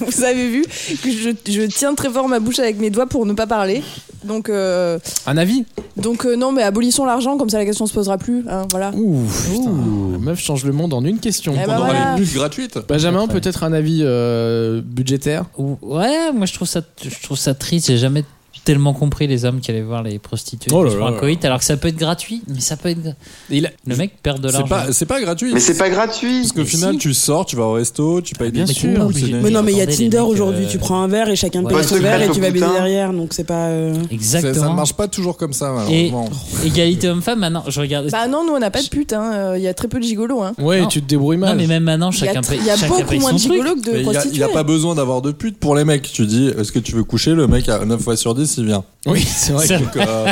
S3: Vous avez vu que je, je tiens très fort ma bouche avec mes doigts pour ne pas parler. Donc, euh,
S1: un avis
S3: donc euh, non, mais abolissons l'argent, comme ça la question se posera plus. hein, voilà.
S1: Ouf. putain. La meuf change le monde en une question.
S3: Eh ben,
S2: On
S3: Ah,
S2: aurait
S3: voilà.
S2: une pute gratuite.
S1: Benjamin, peut-être un avis euh, budgétaire
S5: Ou- Ouais, moi je trouve ça, je trouve ça triste. J'ai jamais tellement compris les hommes qui allaient voir les prostituées
S1: Oh là
S5: pour
S1: là
S5: un
S1: là.
S5: coït, alors que ça peut être gratuit, mais ça peut être. gra-
S1: Et il a-
S5: Le mec perd de
S2: C'est
S5: l'argent.
S2: pas, c'est pas gratuit.
S4: Mais c'est pas gratuit.
S2: Parce qu'au
S5: Mais
S2: final,
S5: si. Ah,
S2: tu sors, tu vas au resto, tu payes
S1: Bien
S2: des
S1: sûr.
S2: sous,
S1: Pas
S2: c'est
S1: obligé.
S2: des-
S8: Mais non, mais il y a
S5: Attendez, les
S8: Tinder
S5: mecs,
S8: aujourd'hui,
S5: euh,
S8: tu prends un verre et chacun
S5: ouais.
S8: paye
S5: Bah,
S8: son
S4: c'est
S8: verre et
S4: gratuit
S8: tu
S4: au
S8: vas baiser
S4: putain.
S8: derrière, donc c'est pas. euh,
S2: Ça, ça
S5: Exactement.
S2: marche pas toujours comme ça, malheureusement.
S5: Égalité homme-femme, maintenant, je regarde.
S3: Bah non, nous on n'a pas de pute, hein. Euh, il y a très peu de gigolos. Hein.
S1: Ouais,
S5: Non.
S1: tu te débrouilles
S5: non,
S1: mal.
S5: mais même maintenant,
S3: Il y a,
S5: chacun
S3: tr-
S5: paye,
S3: il y a
S5: chacun
S3: beaucoup
S5: paye
S3: moins
S5: son
S3: de
S5: truc.
S3: gigolos que
S2: Mais
S3: de
S2: il y a- il
S3: prostituées.
S2: n'y a, pas besoin d'avoir de pute pour les mecs. Tu dis, est-ce que tu veux coucher Le mec, à 9 fois sur 10, il vient.
S1: Oui, c'est vrai.
S5: Ça-
S1: que-
S2: Donc, euh,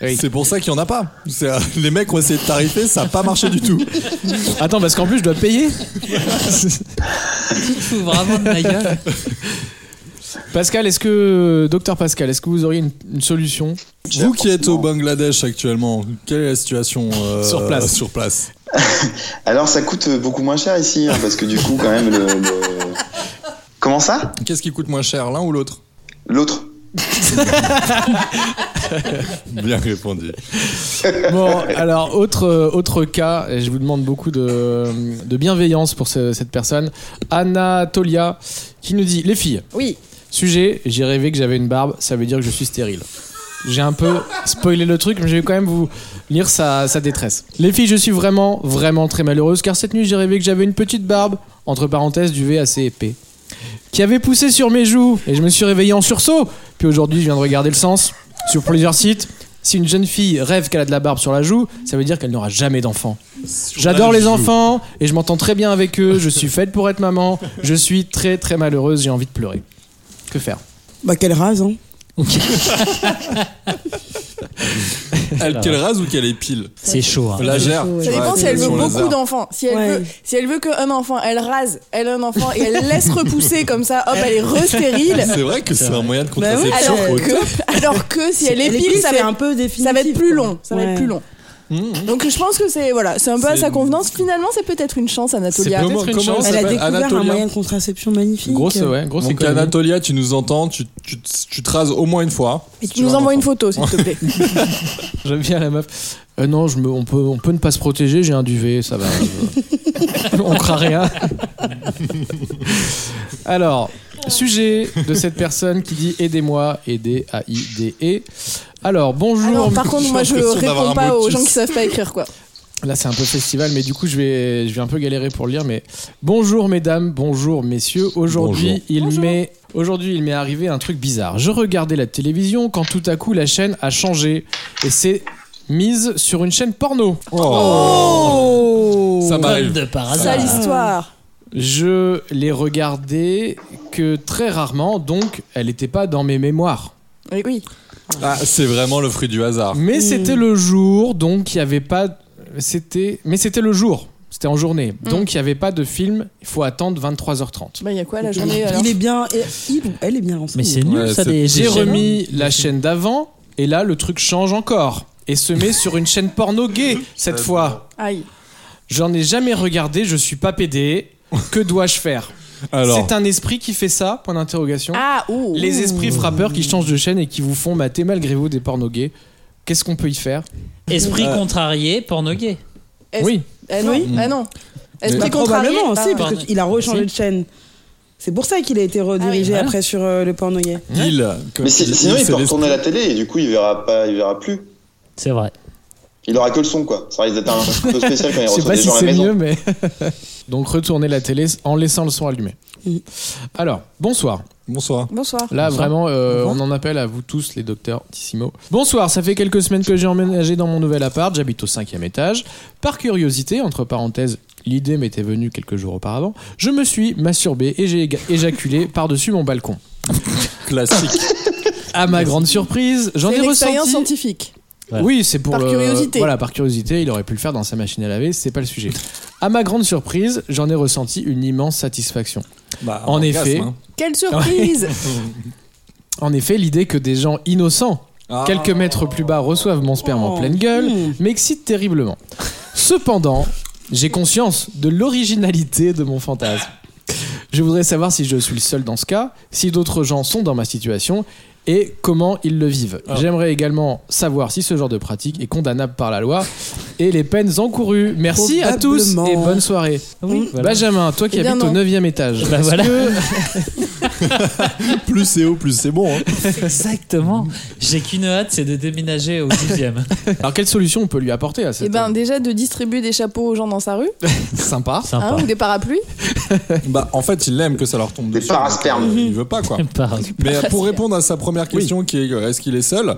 S1: Oui.
S2: C'est pour ça qu'il n'y en a pas. C'est, euh, les mecs ont essayé de tarifer, ça n'a pas marché du tout.
S1: Attends, parce qu'en plus, je dois payer.
S5: Tu te fous vraiment de ma gueule.
S1: Pascal, est-ce que. Docteur Pascal, est-ce que vous auriez une, une solution
S2: Vous qui êtes au Bangladesh actuellement, quelle est la situation euh,
S1: Sur place.
S2: sur place
S4: Alors ça coûte beaucoup moins cher ici, hein, parce que du coup, quand même, le. le- Comment ça
S2: Qu'est-ce qui coûte moins cher, l'un ou l'autre
S4: L'autre.
S2: Bien répondu.
S1: Bon, alors, autre, euh, autre cas, et je vous demande beaucoup de, de bienveillance pour ce- cette personne. Anatolia, qui nous dit Les filles,
S8: Oui.
S1: sujet, j'ai rêvé que j'avais une barbe, ça veut dire que je suis stérile. J'ai un peu spoilé le truc, mais je vais quand même vous lire sa, sa détresse. Les filles, je suis vraiment, vraiment très malheureuse, car cette nuit, j'ai rêvé que j'avais une petite barbe, entre parenthèses, du V assez épais, qui avait poussé sur mes joues, et je me suis réveillée en sursaut. Puis aujourd'hui, je viens de regarder le sens sur plusieurs sites. Si une jeune fille rêve qu'elle a de la barbe sur la joue, ça veut dire qu'elle n'aura jamais d'enfant. J'adore les enfants et je m'entends très bien avec eux. Je suis faite pour être maman. Je suis très très malheureuse. J'ai envie de pleurer. Que faire
S8: Bah, quelle rase, hein.
S2: Elle, qu'elle rase ou qu'elle épile
S5: C'est chaud. hein.
S2: La gère.
S8: chaud, ouais.
S3: Ça dépend si elle veut beaucoup d'enfants. Si elle
S8: Ouais.
S3: veut, si elle veut qu'un enfant, elle rase, elle a un enfant et elle laisse repousser comme ça, hop, elle est restérile.
S2: C'est vrai que c'est un moyen de
S8: Bah oui.
S2: contraception.
S3: Alors que, alors que si elle
S8: Elle
S3: épile, ça va,
S8: c'est
S3: être-
S8: un peu définitif.
S3: ça va être plus
S8: quoi.
S3: long. Ça va
S8: Ouais.
S3: être plus long.
S1: Mmh.
S3: Donc je pense que c'est voilà, c'est un peu à
S2: C'est-
S3: sa convenance. Finalement, c'est peut-être une chance, Anatolia.
S1: peut-être une chance.
S8: Elle a découvert un
S2: Anatolia.
S8: moyen de contraception magnifique.
S1: Grosse ouais, grosse
S2: Donc
S1: économie.
S2: Anatolia, tu nous entends, tu, tu, tu te rases au moins une fois.
S3: Et tu nous envoies une photo, s'il te plaît.
S1: J'aime bien la meuf. Euh, non, je me- on peut on peut ne pas se protéger. J'ai un duvet, ça va. euh, on craint rien. Alors, sujet de cette personne qui dit aidez-moi, aider A I D E. Alors bonjour.
S3: Alors, par contre, moi, je
S2: J'ai l'impression d'avoir
S3: réponds
S2: un
S3: pas
S2: mot de
S3: aux gens
S2: plus.
S3: qui savent pas écrire, quoi.
S1: Là, c'est un peu festival, mais du coup, je vais, je vais un peu galérer pour le lire. Mais bonjour, mesdames, bonjour, messieurs. Aujourd'hui, il m'est aujourd'hui, il m'est arrivé un truc bizarre. Je regardais la télévision quand tout à coup la chaîne a changé et s'est mise sur une chaîne porno.
S8: Oh,
S2: Oh. Ça
S5: Comme
S2: m'arrive.
S5: de Ah. par
S3: Ça,
S5: hasard.
S3: l'histoire.
S1: Je l'ai regardée que très rarement, donc elle n'était pas dans mes mémoires.
S3: Oui, oui.
S2: Ah, c'est vraiment le fruit du hasard.
S1: Mais c'était le jour, donc il n'y avait pas. C'était, mais c'était le jour. C'était en journée. Donc il n'y avait pas de film. Il faut attendre 23h30.
S3: Bah, il y a quoi la journée alors
S8: Il est bien. et- Il ou elle est bien
S5: Mais
S8: renseignée.
S5: c'est nul
S2: Ouais,
S5: ça
S2: c'est-
S5: des. des
S1: J'ai
S5: chaînes.
S1: remis la chaîne d'avant et là le truc change encore et se met sur une chaîne porno gay cette fois.
S3: Aïe.
S1: J'en ai jamais regardé, je suis pas PD. Que dois-je faire
S2: Alors,
S1: C'est un esprit qui fait ça Point d'interrogation.
S3: Ah, ouh.
S1: Les esprits frappeurs qui changent de chaîne et qui vous font mater malgré vous des pornos gays. Qu'est-ce qu'on peut y faire
S5: Esprit
S2: Ouais.
S5: contrarié, porno gay.
S3: Est-ce-
S1: Oui.
S3: Ah non,
S1: Mmh.
S2: Mm.
S3: ah non. Esprit
S8: Bah,
S3: contrarié.
S8: probablement,
S3: Ah,
S8: si,
S3: ouais.
S8: parce
S5: Pardon.
S8: qu'il a rechangé
S5: Si.
S8: de chaîne. C'est pour ça qu'il a été
S3: Ah
S8: redirigé
S5: voilà.
S8: après sur euh, le porno gay.
S2: il. comme
S4: Mais si-
S2: tu dis,
S4: sinon, il
S2: Euh, c'est
S4: peut
S2: l'esprit.
S4: retourner à la télé et du coup, il verra pas, il verra plus.
S5: C'est vrai.
S4: Il aura que le son, quoi. Ça risque d'être un peu spécial quand il
S1: Je sais
S4: reçoit
S1: pas
S4: des
S1: si
S4: gens à la
S1: c'est
S4: maison.
S1: mieux, mais. Donc retournez la télé en laissant le son allumé.
S8: Mhm.
S1: Alors, bonsoir.
S2: Bonsoir.
S3: Bonsoir.
S1: Là,
S5: Bonsoir.
S1: vraiment, euh,
S5: Bonsoir.
S1: on en appelle à vous tous, les docteurs Tissimo. Bonsoir, ça fait quelques semaines que j'ai emménagé dans mon nouvel appart, j'habite au cinquième étage. Par curiosité, entre parenthèses, l'idée m'était venue quelques jours auparavant, je me suis masturbé et j'ai éga- éjaculé par-dessus mon balcon.
S2: Classique.
S1: À ma grande surprise, j'en
S3: C'est
S1: ai
S3: une expérience
S1: ressenti...
S3: scientifique.
S5: Voilà.
S1: Oui, c'est pour
S3: Par
S1: le-
S3: curiosité.
S1: Voilà, par curiosité, il aurait pu le faire dans sa machine à laver, c'est pas le sujet. À ma grande surprise, j'en ai ressenti une immense satisfaction.
S2: Bah,
S1: En
S2: orgasme,
S1: effet.
S2: hein.
S3: Quelle surprise
S1: En effet, l'idée que des gens innocents,
S2: Ah.
S1: quelques mètres plus bas, reçoivent mon sperme en
S8: Oh.
S1: pleine gueule,
S8: Mmh.
S1: m'excite terriblement. Cependant, j'ai conscience de l'originalité de mon fantasme. Je voudrais savoir si je suis le seul dans ce cas, si d'autres gens sont dans ma situation, et comment ils le vivent.
S2: Ah.
S1: J'aimerais également savoir si ce genre de pratique est condamnable par la loi et les peines encourues. Merci à tous et
S8: Probablement.
S1: bonne soirée. Hmm.
S5: Oui, voilà.
S1: Benjamin, toi qui
S3: Eh bien,
S1: habites au
S3: non.
S1: 9 étage,
S5: Bah,
S1: est-ce
S5: voilà.
S1: que-
S2: Plus c'est haut, plus c'est bon. hein.
S5: Exactement. J'ai qu'une hâte, c'est de déménager au 12e.
S1: alors quelle solution on peut lui apporter à cette
S3: Et ben déjà de distribuer des chapeaux aux gens dans sa rue,
S1: sympa
S5: Sympa.
S3: hein, ou des parapluies.
S2: Bah, en fait, il aime que ça leur tombe
S4: Des
S2: dessus.
S4: paraspermes.
S2: donc, euh, Il veut pas, quoi.
S5: Par-
S2: Mais pour répondre à sa première question, qui est euh, est-ce qu'il est seul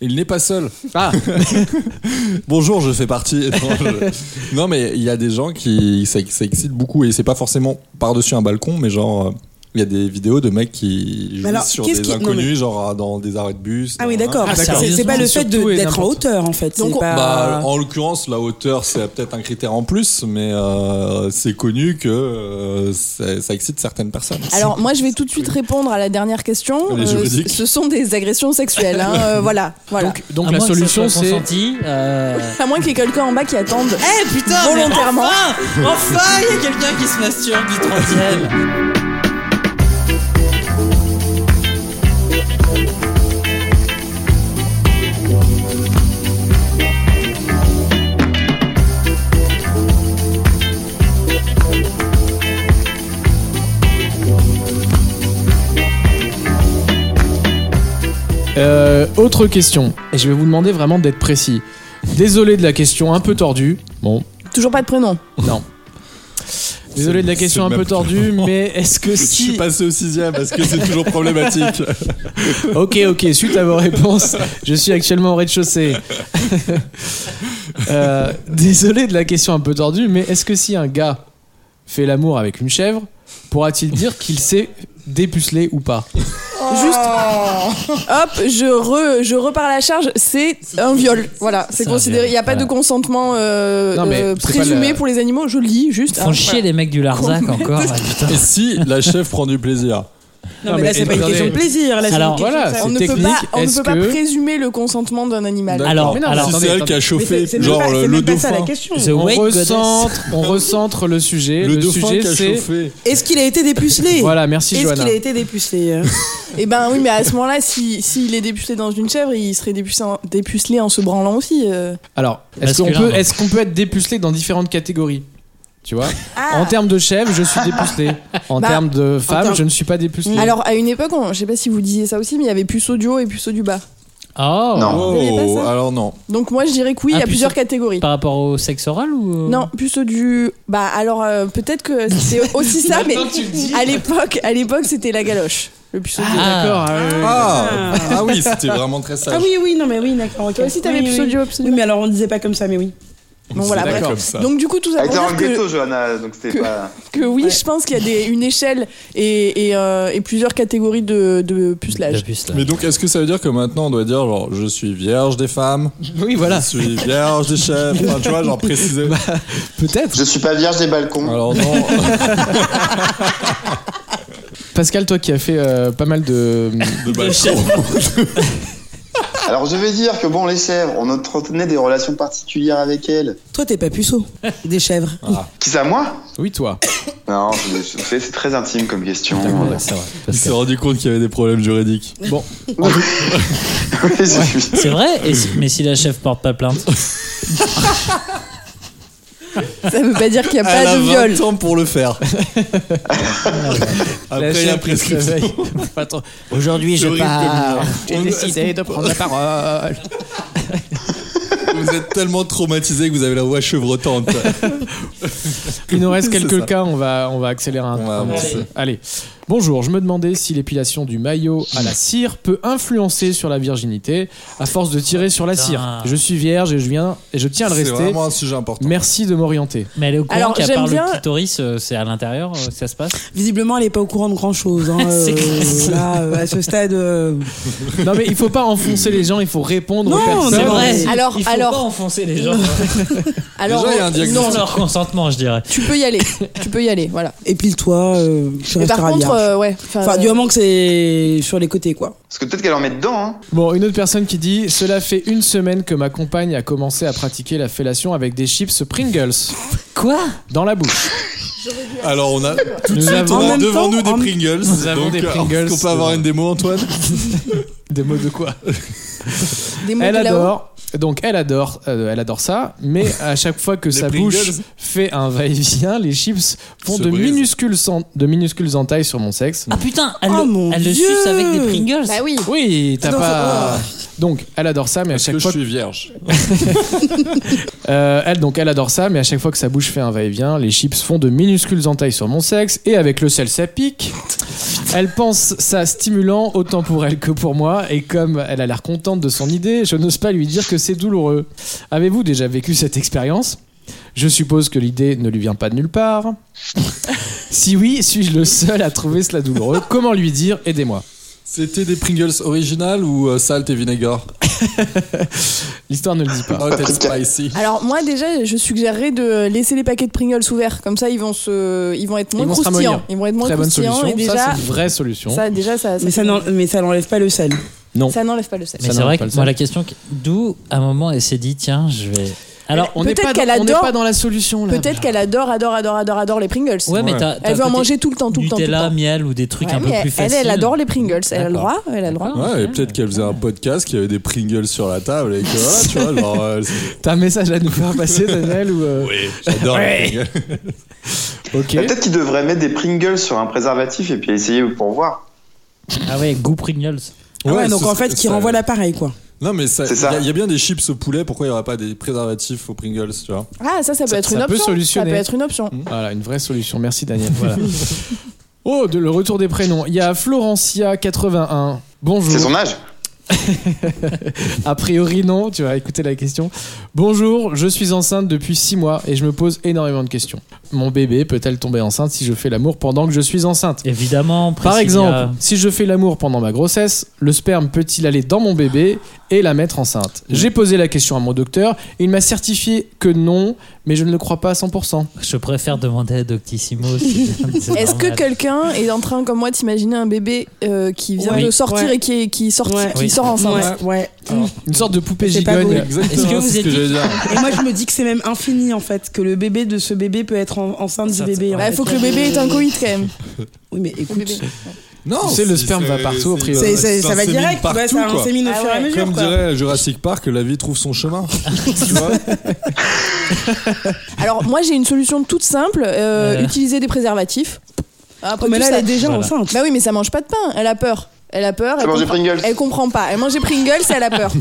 S2: Il n'est pas seul.
S1: Ah.
S2: Bonjour, je fais partie. Non, je- non, mais il y a des gens qui ça, ça excite beaucoup et c'est pas forcément par-dessus un balcon, mais genre euh, il y a des vidéos de mecs qui jouent
S8: alors,
S2: sur
S8: qu'est-ce
S2: des
S8: qui- non,
S2: inconnus,
S8: mais-
S2: genre euh, dans des arrêts de bus.
S8: Ah oui,
S2: dans-
S8: d'accord.
S1: Ah,
S8: C'est-
S1: d'accord.
S8: c'est pas le
S1: C'est
S8: fait de-
S1: surtout et
S8: d'être en
S1: n'importe.
S8: hauteur, en fait.
S3: Donc
S8: C'est
S3: on-
S8: pas- Eh,
S2: Bah, en l'occurrence, la hauteur, c'est peut-être un critère en plus, mais euh, c'est connu que euh, ça, ça excite certaines personnes.
S3: Alors moi je vais tout de suite répondre à la dernière question. Euh,
S2: Les juridiques.
S3: ce sont des agressions sexuelles, hein, euh, voilà, voilà.
S1: donc, donc
S5: À
S1: la
S5: moins que ça
S1: solution
S5: soit
S1: c'est
S5: consenti, euh,
S3: À moins qu'il y ait quelqu'un en bas qui attende.
S5: Eh putain mais
S3: Volontairement.
S5: Enfin Enfin Il y a quelqu'un qui se masturbe du
S8: euh,
S5: 30
S1: Euh, autre question et je vais vous demander vraiment d'être précis désolé de la question un peu tordue bon
S3: Toujours pas de prénom.
S1: non désolé de la
S2: C'est-
S1: question
S2: c'est ma
S1: un peu tordue
S2: préférence.
S1: mais est-ce que
S2: Je suis
S1: si
S2: passé au sixième parce que c'est toujours problématique.
S1: ok ok suite à vos réponses je suis actuellement au rez-de-chaussée Euh, désolé de la question un peu tordue mais est-ce que si un gars fait l'amour avec une chèvre pourra-t-il dire qu'il s'est dépucelé ou pas
S5: Oh.
S3: Juste. Hop, je, re- je repars à la charge. C'est un viol. Voilà, c'est
S5: un
S3: considéré. Il
S5: viol,
S3: n'y a pas
S5: voilà.
S3: de consentement euh,
S1: Non, mais
S3: euh,
S1: c'est pas
S3: présumé
S1: la-
S3: pour les animaux. Je lis juste.
S5: Ils
S3: hein,
S5: font chier
S3: voilà.
S5: les mecs du Larzac encore. là, putain.
S2: Et si la chef prend du plaisir
S8: Non, mais là, c'est pas une
S1: attendez.
S8: question de plaisir. Là, c'est
S5: Alors,
S8: une question-
S1: Voilà,
S8: ça.
S1: c'est
S3: On ne peut
S1: technique.
S3: pas, on ne
S1: Est-ce
S3: peut pas
S1: que- Bah.
S3: présumer le consentement d'un animal.
S2: D'accord.
S5: Alors,
S1: Mais non,
S5: alors
S2: si
S1: attendez,
S2: c'est elle qui a
S1: attendez.
S8: Mais
S2: chauffé,
S8: c'est- c'est même
S2: genre euh,
S8: pas-
S2: le,
S8: c'est
S2: le
S8: même pas ça
S2: dauphin.
S8: la question.
S5: The
S1: on
S5: Wake Goddess.
S1: recentre, on recentre le sujet.
S2: Le,
S1: Le,
S2: dauphin
S1: sujet,
S2: qui a
S1: c'est.
S2: chauffé.
S8: Est-ce qu'il a été dépucelé
S1: Voilà, merci
S8: Est-ce
S1: Johanna.
S8: qu'il a été dépucelé euh
S3: Et ben oui, mais à ce moment-là, si s'il est dépucelé dans une chèvre, il serait dépucelé en, dépucelé en se branlant aussi. euh.
S1: Alors, est-ce qu'on
S5: Masculin,
S1: peut,
S5: non.
S1: est qu'on peut être dépucelé dans différentes catégories Tu vois
S8: Ah.
S1: En termes de chèvre, je suis dépucelé. En
S3: Bah,
S1: termes de femme,
S8: termes-
S1: je ne suis pas dépucelé.
S3: Alors à une époque, on, je sais pas si vous disiez ça aussi, mais il y avait puceau du haut et puceau du bas.
S5: Oh
S8: Ah,
S4: Non.
S3: connaissez
S2: Oh,
S3: pas ça
S2: alors non.
S3: Donc moi, je dirais que oui, il
S5: Ah,
S3: y a
S5: puceau-
S3: plusieurs catégories.
S5: Par rapport au sexe oral ou
S3: Non, puceau du. Bah alors euh, peut-être que c'est aussi ça, mais
S5: Maintenant que tu le dis.
S3: à l'époque, à l'époque, c'était la galoche. Le puceau du haut.
S1: d'accord. euh,
S2: Ah, ah oui, c'était vraiment très sage.
S8: Ah oui, oui, non, mais oui, d'accord. ok.
S3: Toi aussi, t'avais
S8: Oui,
S3: puceau
S8: oui.
S3: du haut, puceau du bas.
S8: Oui, mais alors on disait pas comme ça, mais oui.
S3: Bon voilà,
S2: C'est
S3: bref.
S2: comme ça.
S3: Donc du coup, tout ça
S4: Elle
S3: pour
S4: était dans
S3: dire
S4: le
S3: que,
S4: ghetto, Johanna, donc c'était
S3: que-
S4: pas.
S3: que oui, je pense qu'il y a des, une échelle et, et, euh, et plusieurs catégories de, de pucelage.
S5: puce, là.
S2: Mais donc, est-ce que ça veut dire que maintenant on doit dire genre je suis vierge des femmes,
S1: Oui, voilà. Bah,
S2: je suis vierge des chefs, enfin, tu vois, genre préciser.
S1: Peut-être.
S4: Je suis pas vierge des balcons.
S2: Alors non,
S1: Pascal, toi qui as fait euh, pas mal de.
S2: de balcon.
S4: Alors je vais dire que bon, les chèvres, on entretenait des relations particulières avec elles.
S8: Toi, t'es pas puceau. Des chèvres.
S4: Qui ça, moi
S1: Oui, toi.
S4: Non, je- je- c'est c'est très intime comme question.
S5: Ouais, c'est vrai.
S2: Il s'est rendu compte qu'il y avait des problèmes juridiques.
S1: Bon,
S4: Oui, je suis-
S5: C'est vrai, et si- mais si la chef porte pas plainte,
S3: Ça veut pas dire qu'il y a pas
S2: Elle a
S3: de viol.
S2: 20 ans pour le faire.
S1: la
S2: Après, il y a
S1: chèvre qui se
S2: prescription.
S1: réveille. Pas trop.
S5: aujourd'hui je
S2: J'aurais
S5: pars.
S1: Ah, J'ai décidé de prendre la parole.
S2: Vous êtes tellement traumatisé que vous avez la voix chevrotante.
S1: Il nous reste
S2: C'est
S1: quelques
S2: ça.
S1: cas, on va, on va accélérer un,
S2: On va
S1: un
S2: avancer.
S1: petit peu. Allez. Bonjour, je me demandais si l'épilation du maillot à la cire peut influencer sur la virginité à force de tirer sur la
S5: Putain.
S1: cire. Je suis vierge et je viens et je tiens à le
S2: C'est
S1: rester.
S2: vraiment un sujet important.
S1: Merci de m'orienter.
S5: Mais elle est au courant
S3: Alors,
S5: qu'à
S3: j'aime
S5: part
S3: bien-
S5: le clitoris, euh, c'est à l'intérieur euh, que ça se passe
S8: Visiblement, elle est pas au courant de grand chose. Hein,
S5: C'est clair.
S8: là, euh, à ce stade. euh,
S1: Non mais il faut pas enfoncer les gens, il faut répondre
S8: Non,
S1: aux personnes.
S8: c'est vrai.
S3: Alors-
S5: il faut
S3: alors-
S5: pas enfoncer les gens
S3: Alors, euh,
S2: Déjà, il y a un diagnostic.
S5: sans leur consentement, je dirais.
S3: tu peux y aller. Tu peux y aller, voilà.
S8: Épile-toi, euh, tu
S3: Mais par
S8: resteras
S3: contre,
S8: vierge.
S3: euh, ouais. enfin,
S8: Enfin,
S3: euh,
S8: du moment que c'est sur les côtés, quoi.
S4: Parce que peut-être qu'elle en met dedans, hein.
S1: Bon, une autre personne qui dit "Cela fait une semaine que ma compagne a commencé à pratiquer la fellation avec des chips Pringles
S5: Quoi
S1: dans la bouche."
S2: Alors on a tout de
S1: Nous
S2: suite
S1: avons-
S2: on
S8: En
S2: a
S8: même
S2: devant
S8: temps,
S2: nous des
S8: en-
S2: Pringles.
S1: Nous avons
S2: donc,
S1: des
S2: euh,
S1: Pringles
S2: Est-ce qu'on peut avoir
S1: devant.
S2: une démo Antoine
S1: Des mots de quoi
S3: Des mots
S1: Elle
S3: de là-haut.
S1: adore. Donc elle adore, euh, elle adore ça, mais à chaque fois que
S2: Les
S1: sa
S2: Pringles.
S1: bouche fait un va-et-vient, les chips font
S2: Se
S1: de
S2: brisent.
S1: minuscules, en- de minuscules entailles sur mon sexe.
S5: Ah putain, elle,
S8: Oh,
S5: le-
S8: mon
S5: elle le
S8: Dieu.
S5: suce avec des Pringles.
S3: Bah oui.
S1: Oui, t'as
S8: Attends,
S1: pas. Donc elle adore ça, mais à
S2: Parce
S1: chaque
S2: que je
S1: fois,
S2: suis vierge.
S1: Euh, elle donc elle adore ça, mais à chaque fois que sa bouche fait un va-et-vient, les chips font de minuscules entailles sur mon sexe et avec le sel ça pique. Elle pense ça stimulant autant pour elle que pour moi et comme elle a l'air contente de son idée, je n'ose pas lui dire que c'est douloureux. Avez-vous déjà vécu cette expérience Je suppose que l'idée ne lui vient pas de nulle part. si oui, suis-je le seul à trouver cela douloureux Comment lui dire Aidez-moi.
S2: C'était des Pringles originales ou euh, salt et vinaigre
S1: L'histoire ne le dit pas.
S2: Hot and spicy.
S3: Alors moi déjà, je suggérerais de laisser les paquets de Pringles ouverts, comme ça ils vont se, ils vont être moins
S1: Ils vont se
S3: croustillants,
S1: ramollir.
S3: ils vont être moins
S1: Très bonne
S3: croustillants
S1: solution.
S3: et
S1: ça,
S3: déjà,
S1: c'est une vraie solution.
S3: ça déjà ça,
S8: Mais ça n'en- mais ça n'enlève pas le sel.
S1: non.
S3: ça n'enlève pas le sel.
S5: Mais
S1: Ça
S5: c'est
S1: n'en
S5: vrai
S1: est pas
S5: que
S1: le
S5: moi
S1: seul.
S5: la question, que- d'où à un moment elle s'est dit tiens je vais. Alors
S1: on n'est
S3: Peut-être
S1: pas,
S3: qu'elle
S1: dans- on n'est
S3: adore-
S1: pas dans la solution là.
S3: Peut-être qu'elle adore, adore, adore, adore, adore les Pringles.
S5: ouais mais t'as. t'as
S3: Elle veut en
S5: côté
S3: manger tout le temps, tout le temps, tout le
S5: Nutella,
S3: temps.
S5: miel ou des trucs
S3: Ouais,
S5: un peu
S3: mais
S5: plus
S3: elle,
S5: faciles.
S3: elle adore les Pringles, elle a le droit, elle a le droit.
S5: D'accord.
S2: Ouais, et peut-être qu'elle faisait un podcast, qu'il y avait des Pringles sur la table et que voilà, tu vois, genre, euh, c'est-
S1: T'as un message à nous faire passer, Daniel ou euh,
S2: j'adore les Pringles.
S1: Ok.
S4: Mais Peut-être qu'il devrait mettre des Pringles sur un préservatif et puis essayer pour voir.
S5: Ah ouais, goût Pringles.
S8: Ah ouais, donc
S2: ce-
S8: en fait, qui
S2: ça-
S8: renvoie l'appareil, quoi.
S2: Non, mais ça,
S4: C'est ça.
S2: il y a- il y, a bien des chips au poulet, pourquoi il n'y aurait pas des préservatifs aux Pringles, tu vois
S3: Ah ça, ça peut
S1: Ça-
S3: être
S1: ça
S3: une
S1: peut
S3: option.
S1: solutionner.
S3: Ça peut être une option.
S5: Mmh.
S1: Voilà, une vraie solution. Merci Daniel. Voilà. Oh, de, le retour des prénoms. Il y a Florencia81.
S4: C'est
S1: Bonjour.
S4: son âge
S1: A priori, non. Tu vas écouter la question. Bonjour, je suis enceinte depuis 6 mois et je me pose énormément de questions. Mon bébé peut-elle tomber enceinte si je fais l'amour pendant que je suis enceinte
S5: Évidemment.
S1: Par
S5: Priscilla.
S1: exemple, si je fais l'amour pendant ma grossesse, le sperme peut-il aller dans mon bébé et la mettre enceinte J'ai posé la question à mon docteur, il m'a certifié que non, mais je ne le crois pas à 100%.
S5: Je préfère demander à Doctissimo. si- c'est
S3: Est-ce que
S5: normal.
S3: quelqu'un est en train, comme moi, d'imaginer un bébé euh, qui vient
S5: Oui.
S3: de sortir et qui, est- qui, sort,
S8: Ouais.
S3: qui
S5: Oui.
S3: sort enceinte
S8: Ouais, ouais.
S1: Une sorte de poupée
S8: C'est pas
S1: gigogne.
S2: Exactement,
S5: Est-ce que vous
S2: c'est ce que
S5: étiez-
S2: j'allais dire.
S8: Et moi, je me dis que c'est même infini, en fait, que le bébé de ce bébé peut être en- enceinte du
S5: Ça,
S8: bébé. en
S3: Bah,
S8: fait.
S3: Il faut que le bébé ait un coït quand même.
S8: Oui, mais
S3: Le
S8: écoute,
S3: bébé.
S2: Non,
S1: Tu sais, le sperme va partout, a priori.
S8: c'est-
S1: Ouais,
S8: c'est- ça va direct,
S2: partout,
S8: ouais, ça
S2: quoi.
S8: insémine au
S3: Ah
S8: fur et à
S3: ouais.
S8: mesure.
S2: Comme
S8: quoi.
S2: dirait Jurassic Park, la vie trouve son chemin. tu vois
S3: Alors moi j'ai une solution toute simple, euh,
S5: Ouais.
S3: utiliser des préservatifs. Après
S8: Oh, mais
S3: tout,
S8: là,
S3: ça-
S8: elle est déjà
S5: Voilà.
S8: enceinte.
S3: Bah oui mais ça mange pas de pain, elle a peur. Elle a peur,
S4: C'est
S3: elle,
S4: manger
S3: comprend...
S4: Pringles.
S3: elle comprend pas. Elle mangeait Pringles et elle a peur.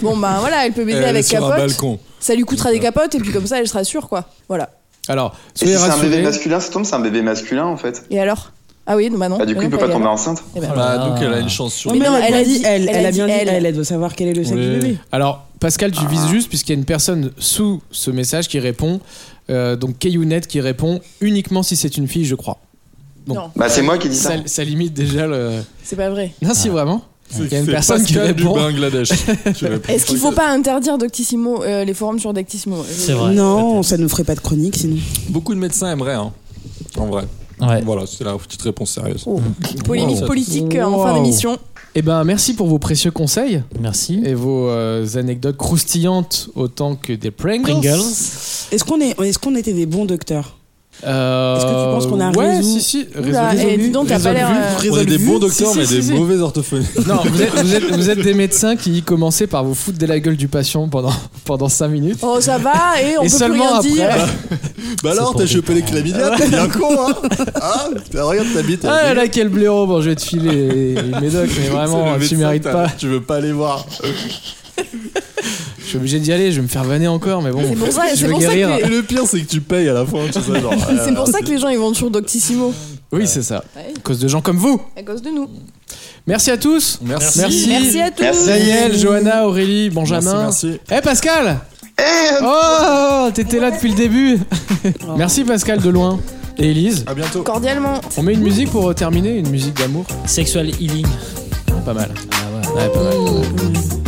S3: bon bah voilà, elle peut baiser
S2: Elle est
S3: avec
S2: sur un
S3: capote.
S2: balcon.
S3: Ça lui coûtera des capotes et puis comme ça elle sera sûre quoi. Voilà.
S1: Alors,
S4: Et si
S1: soyez
S4: c'est un bébé
S1: rassurés.
S4: masculin, ça tombe, c'est un bébé masculin en fait.
S3: Et alors Ah oui, non, bah non.
S4: Bah, du
S3: bah
S4: coup,
S3: non,
S4: il peut
S3: bah,
S4: pas
S3: alors.
S4: tomber enceinte.
S5: Oh là
S2: Bah,
S5: là.
S2: donc elle a une chance sur
S8: Oui, mais
S3: Oh, non,
S8: non, elle, a dit, elle, elle a
S3: dit
S8: bien dit,
S3: elle.
S8: elle, elle doit savoir quel est le sexe
S2: Oui.
S8: du bébé.
S1: Alors, Pascal, tu vises juste, puisqu'il y a une personne sous ce message qui répond, euh, donc Kayounet qui répond uniquement si c'est une fille, je crois. Bon.
S3: Non,
S4: Bah, c'est moi qui dis ça.
S1: Ça, ça limite déjà le.
S3: c'est pas vrai.
S1: Non, si, vraiment Il y a une
S2: C'est
S1: personne qui
S2: Pascal du
S1: répond.
S2: Bangladesh. Tu réponds.
S3: Est-ce qu'il faut pas interdire Doctissimo, euh, les forums sur Doctissimo
S5: C'est vrai.
S8: non, ça nous ferait pas de chronique sinon.
S2: Beaucoup de médecins aimeraient, hein. En vrai.
S5: Ouais.
S2: Voilà, c'est la petite réponse sérieuse.
S3: Polémique
S2: Wow.
S3: politique euh, en fin
S1: Wow.
S3: d'émission.
S1: Eh ben, merci pour vos précieux conseils.
S5: Merci.
S1: et vos euh, anecdotes croustillantes autant que des Pringles.
S5: Pringles.
S8: Est-ce qu'on est, est-ce qu'on était des bons docteurs
S1: Euh,
S8: Est-ce que tu penses qu'on a
S1: Ouais,
S8: résolu-
S1: si, si,
S3: Oula,
S1: résolu.
S3: eh, dis donc, t'as pas
S1: Résolu.
S3: l'air, euh,
S2: On est des bons
S1: Si,
S2: docteurs,
S1: si,
S2: mais
S1: si,
S2: des
S1: si.
S2: mauvais orthophonistes.
S1: Non, vous êtes, vous, êtes, vous êtes des médecins qui commençaient par vous foutre de la gueule du patient pendant, pendant 5 minutes.
S3: Oh ça va et on peut
S1: et seulement
S3: plus
S1: après. Euh.
S3: rien dire.
S2: Bah
S5: C'est
S2: alors,
S5: pour
S2: t'as
S5: des
S2: chopé les chlamydia, t'es bien con, hein Ah, regarde ta bite.
S1: Ah là, quel blaireau! Bon, je vais te filer les, les médocs, mais vraiment, tu mérites pas.
S2: Tu veux pas aller voir.
S1: Je suis obligé d'y aller, je vais me faire vanner encore, mais bon,
S3: C'est pour ça-
S1: je
S3: c'est
S1: vais
S3: pour ça
S1: guérir.
S3: que
S2: Et le pire, c'est que tu payes à la fin, tu sais, genre. euh,
S3: C'est pour ça que les gens ils vont sur Doctissimo.
S1: Oui, c'est ça.
S3: Ouais,
S1: À cause de gens comme vous.
S3: à cause de nous.
S1: Merci à tous.
S2: Merci.
S1: Merci.
S3: Merci à tous.
S4: Merci.
S1: Daniel, Johanna, Aurélie,
S2: Merci,
S1: Benjamin.
S2: merci.
S1: Eh Pascal
S4: Eh,
S1: Oh, t'étais là depuis le début.
S3: Oh.
S1: Merci Pascal de loin. Et Elise,
S2: À bientôt.
S3: Cordialement.
S1: on met une musique pour euh, terminer, une musique d'amour.
S5: Sexual healing.
S1: Pas mal.
S5: Ah ouais.
S1: Ouais, pas mal.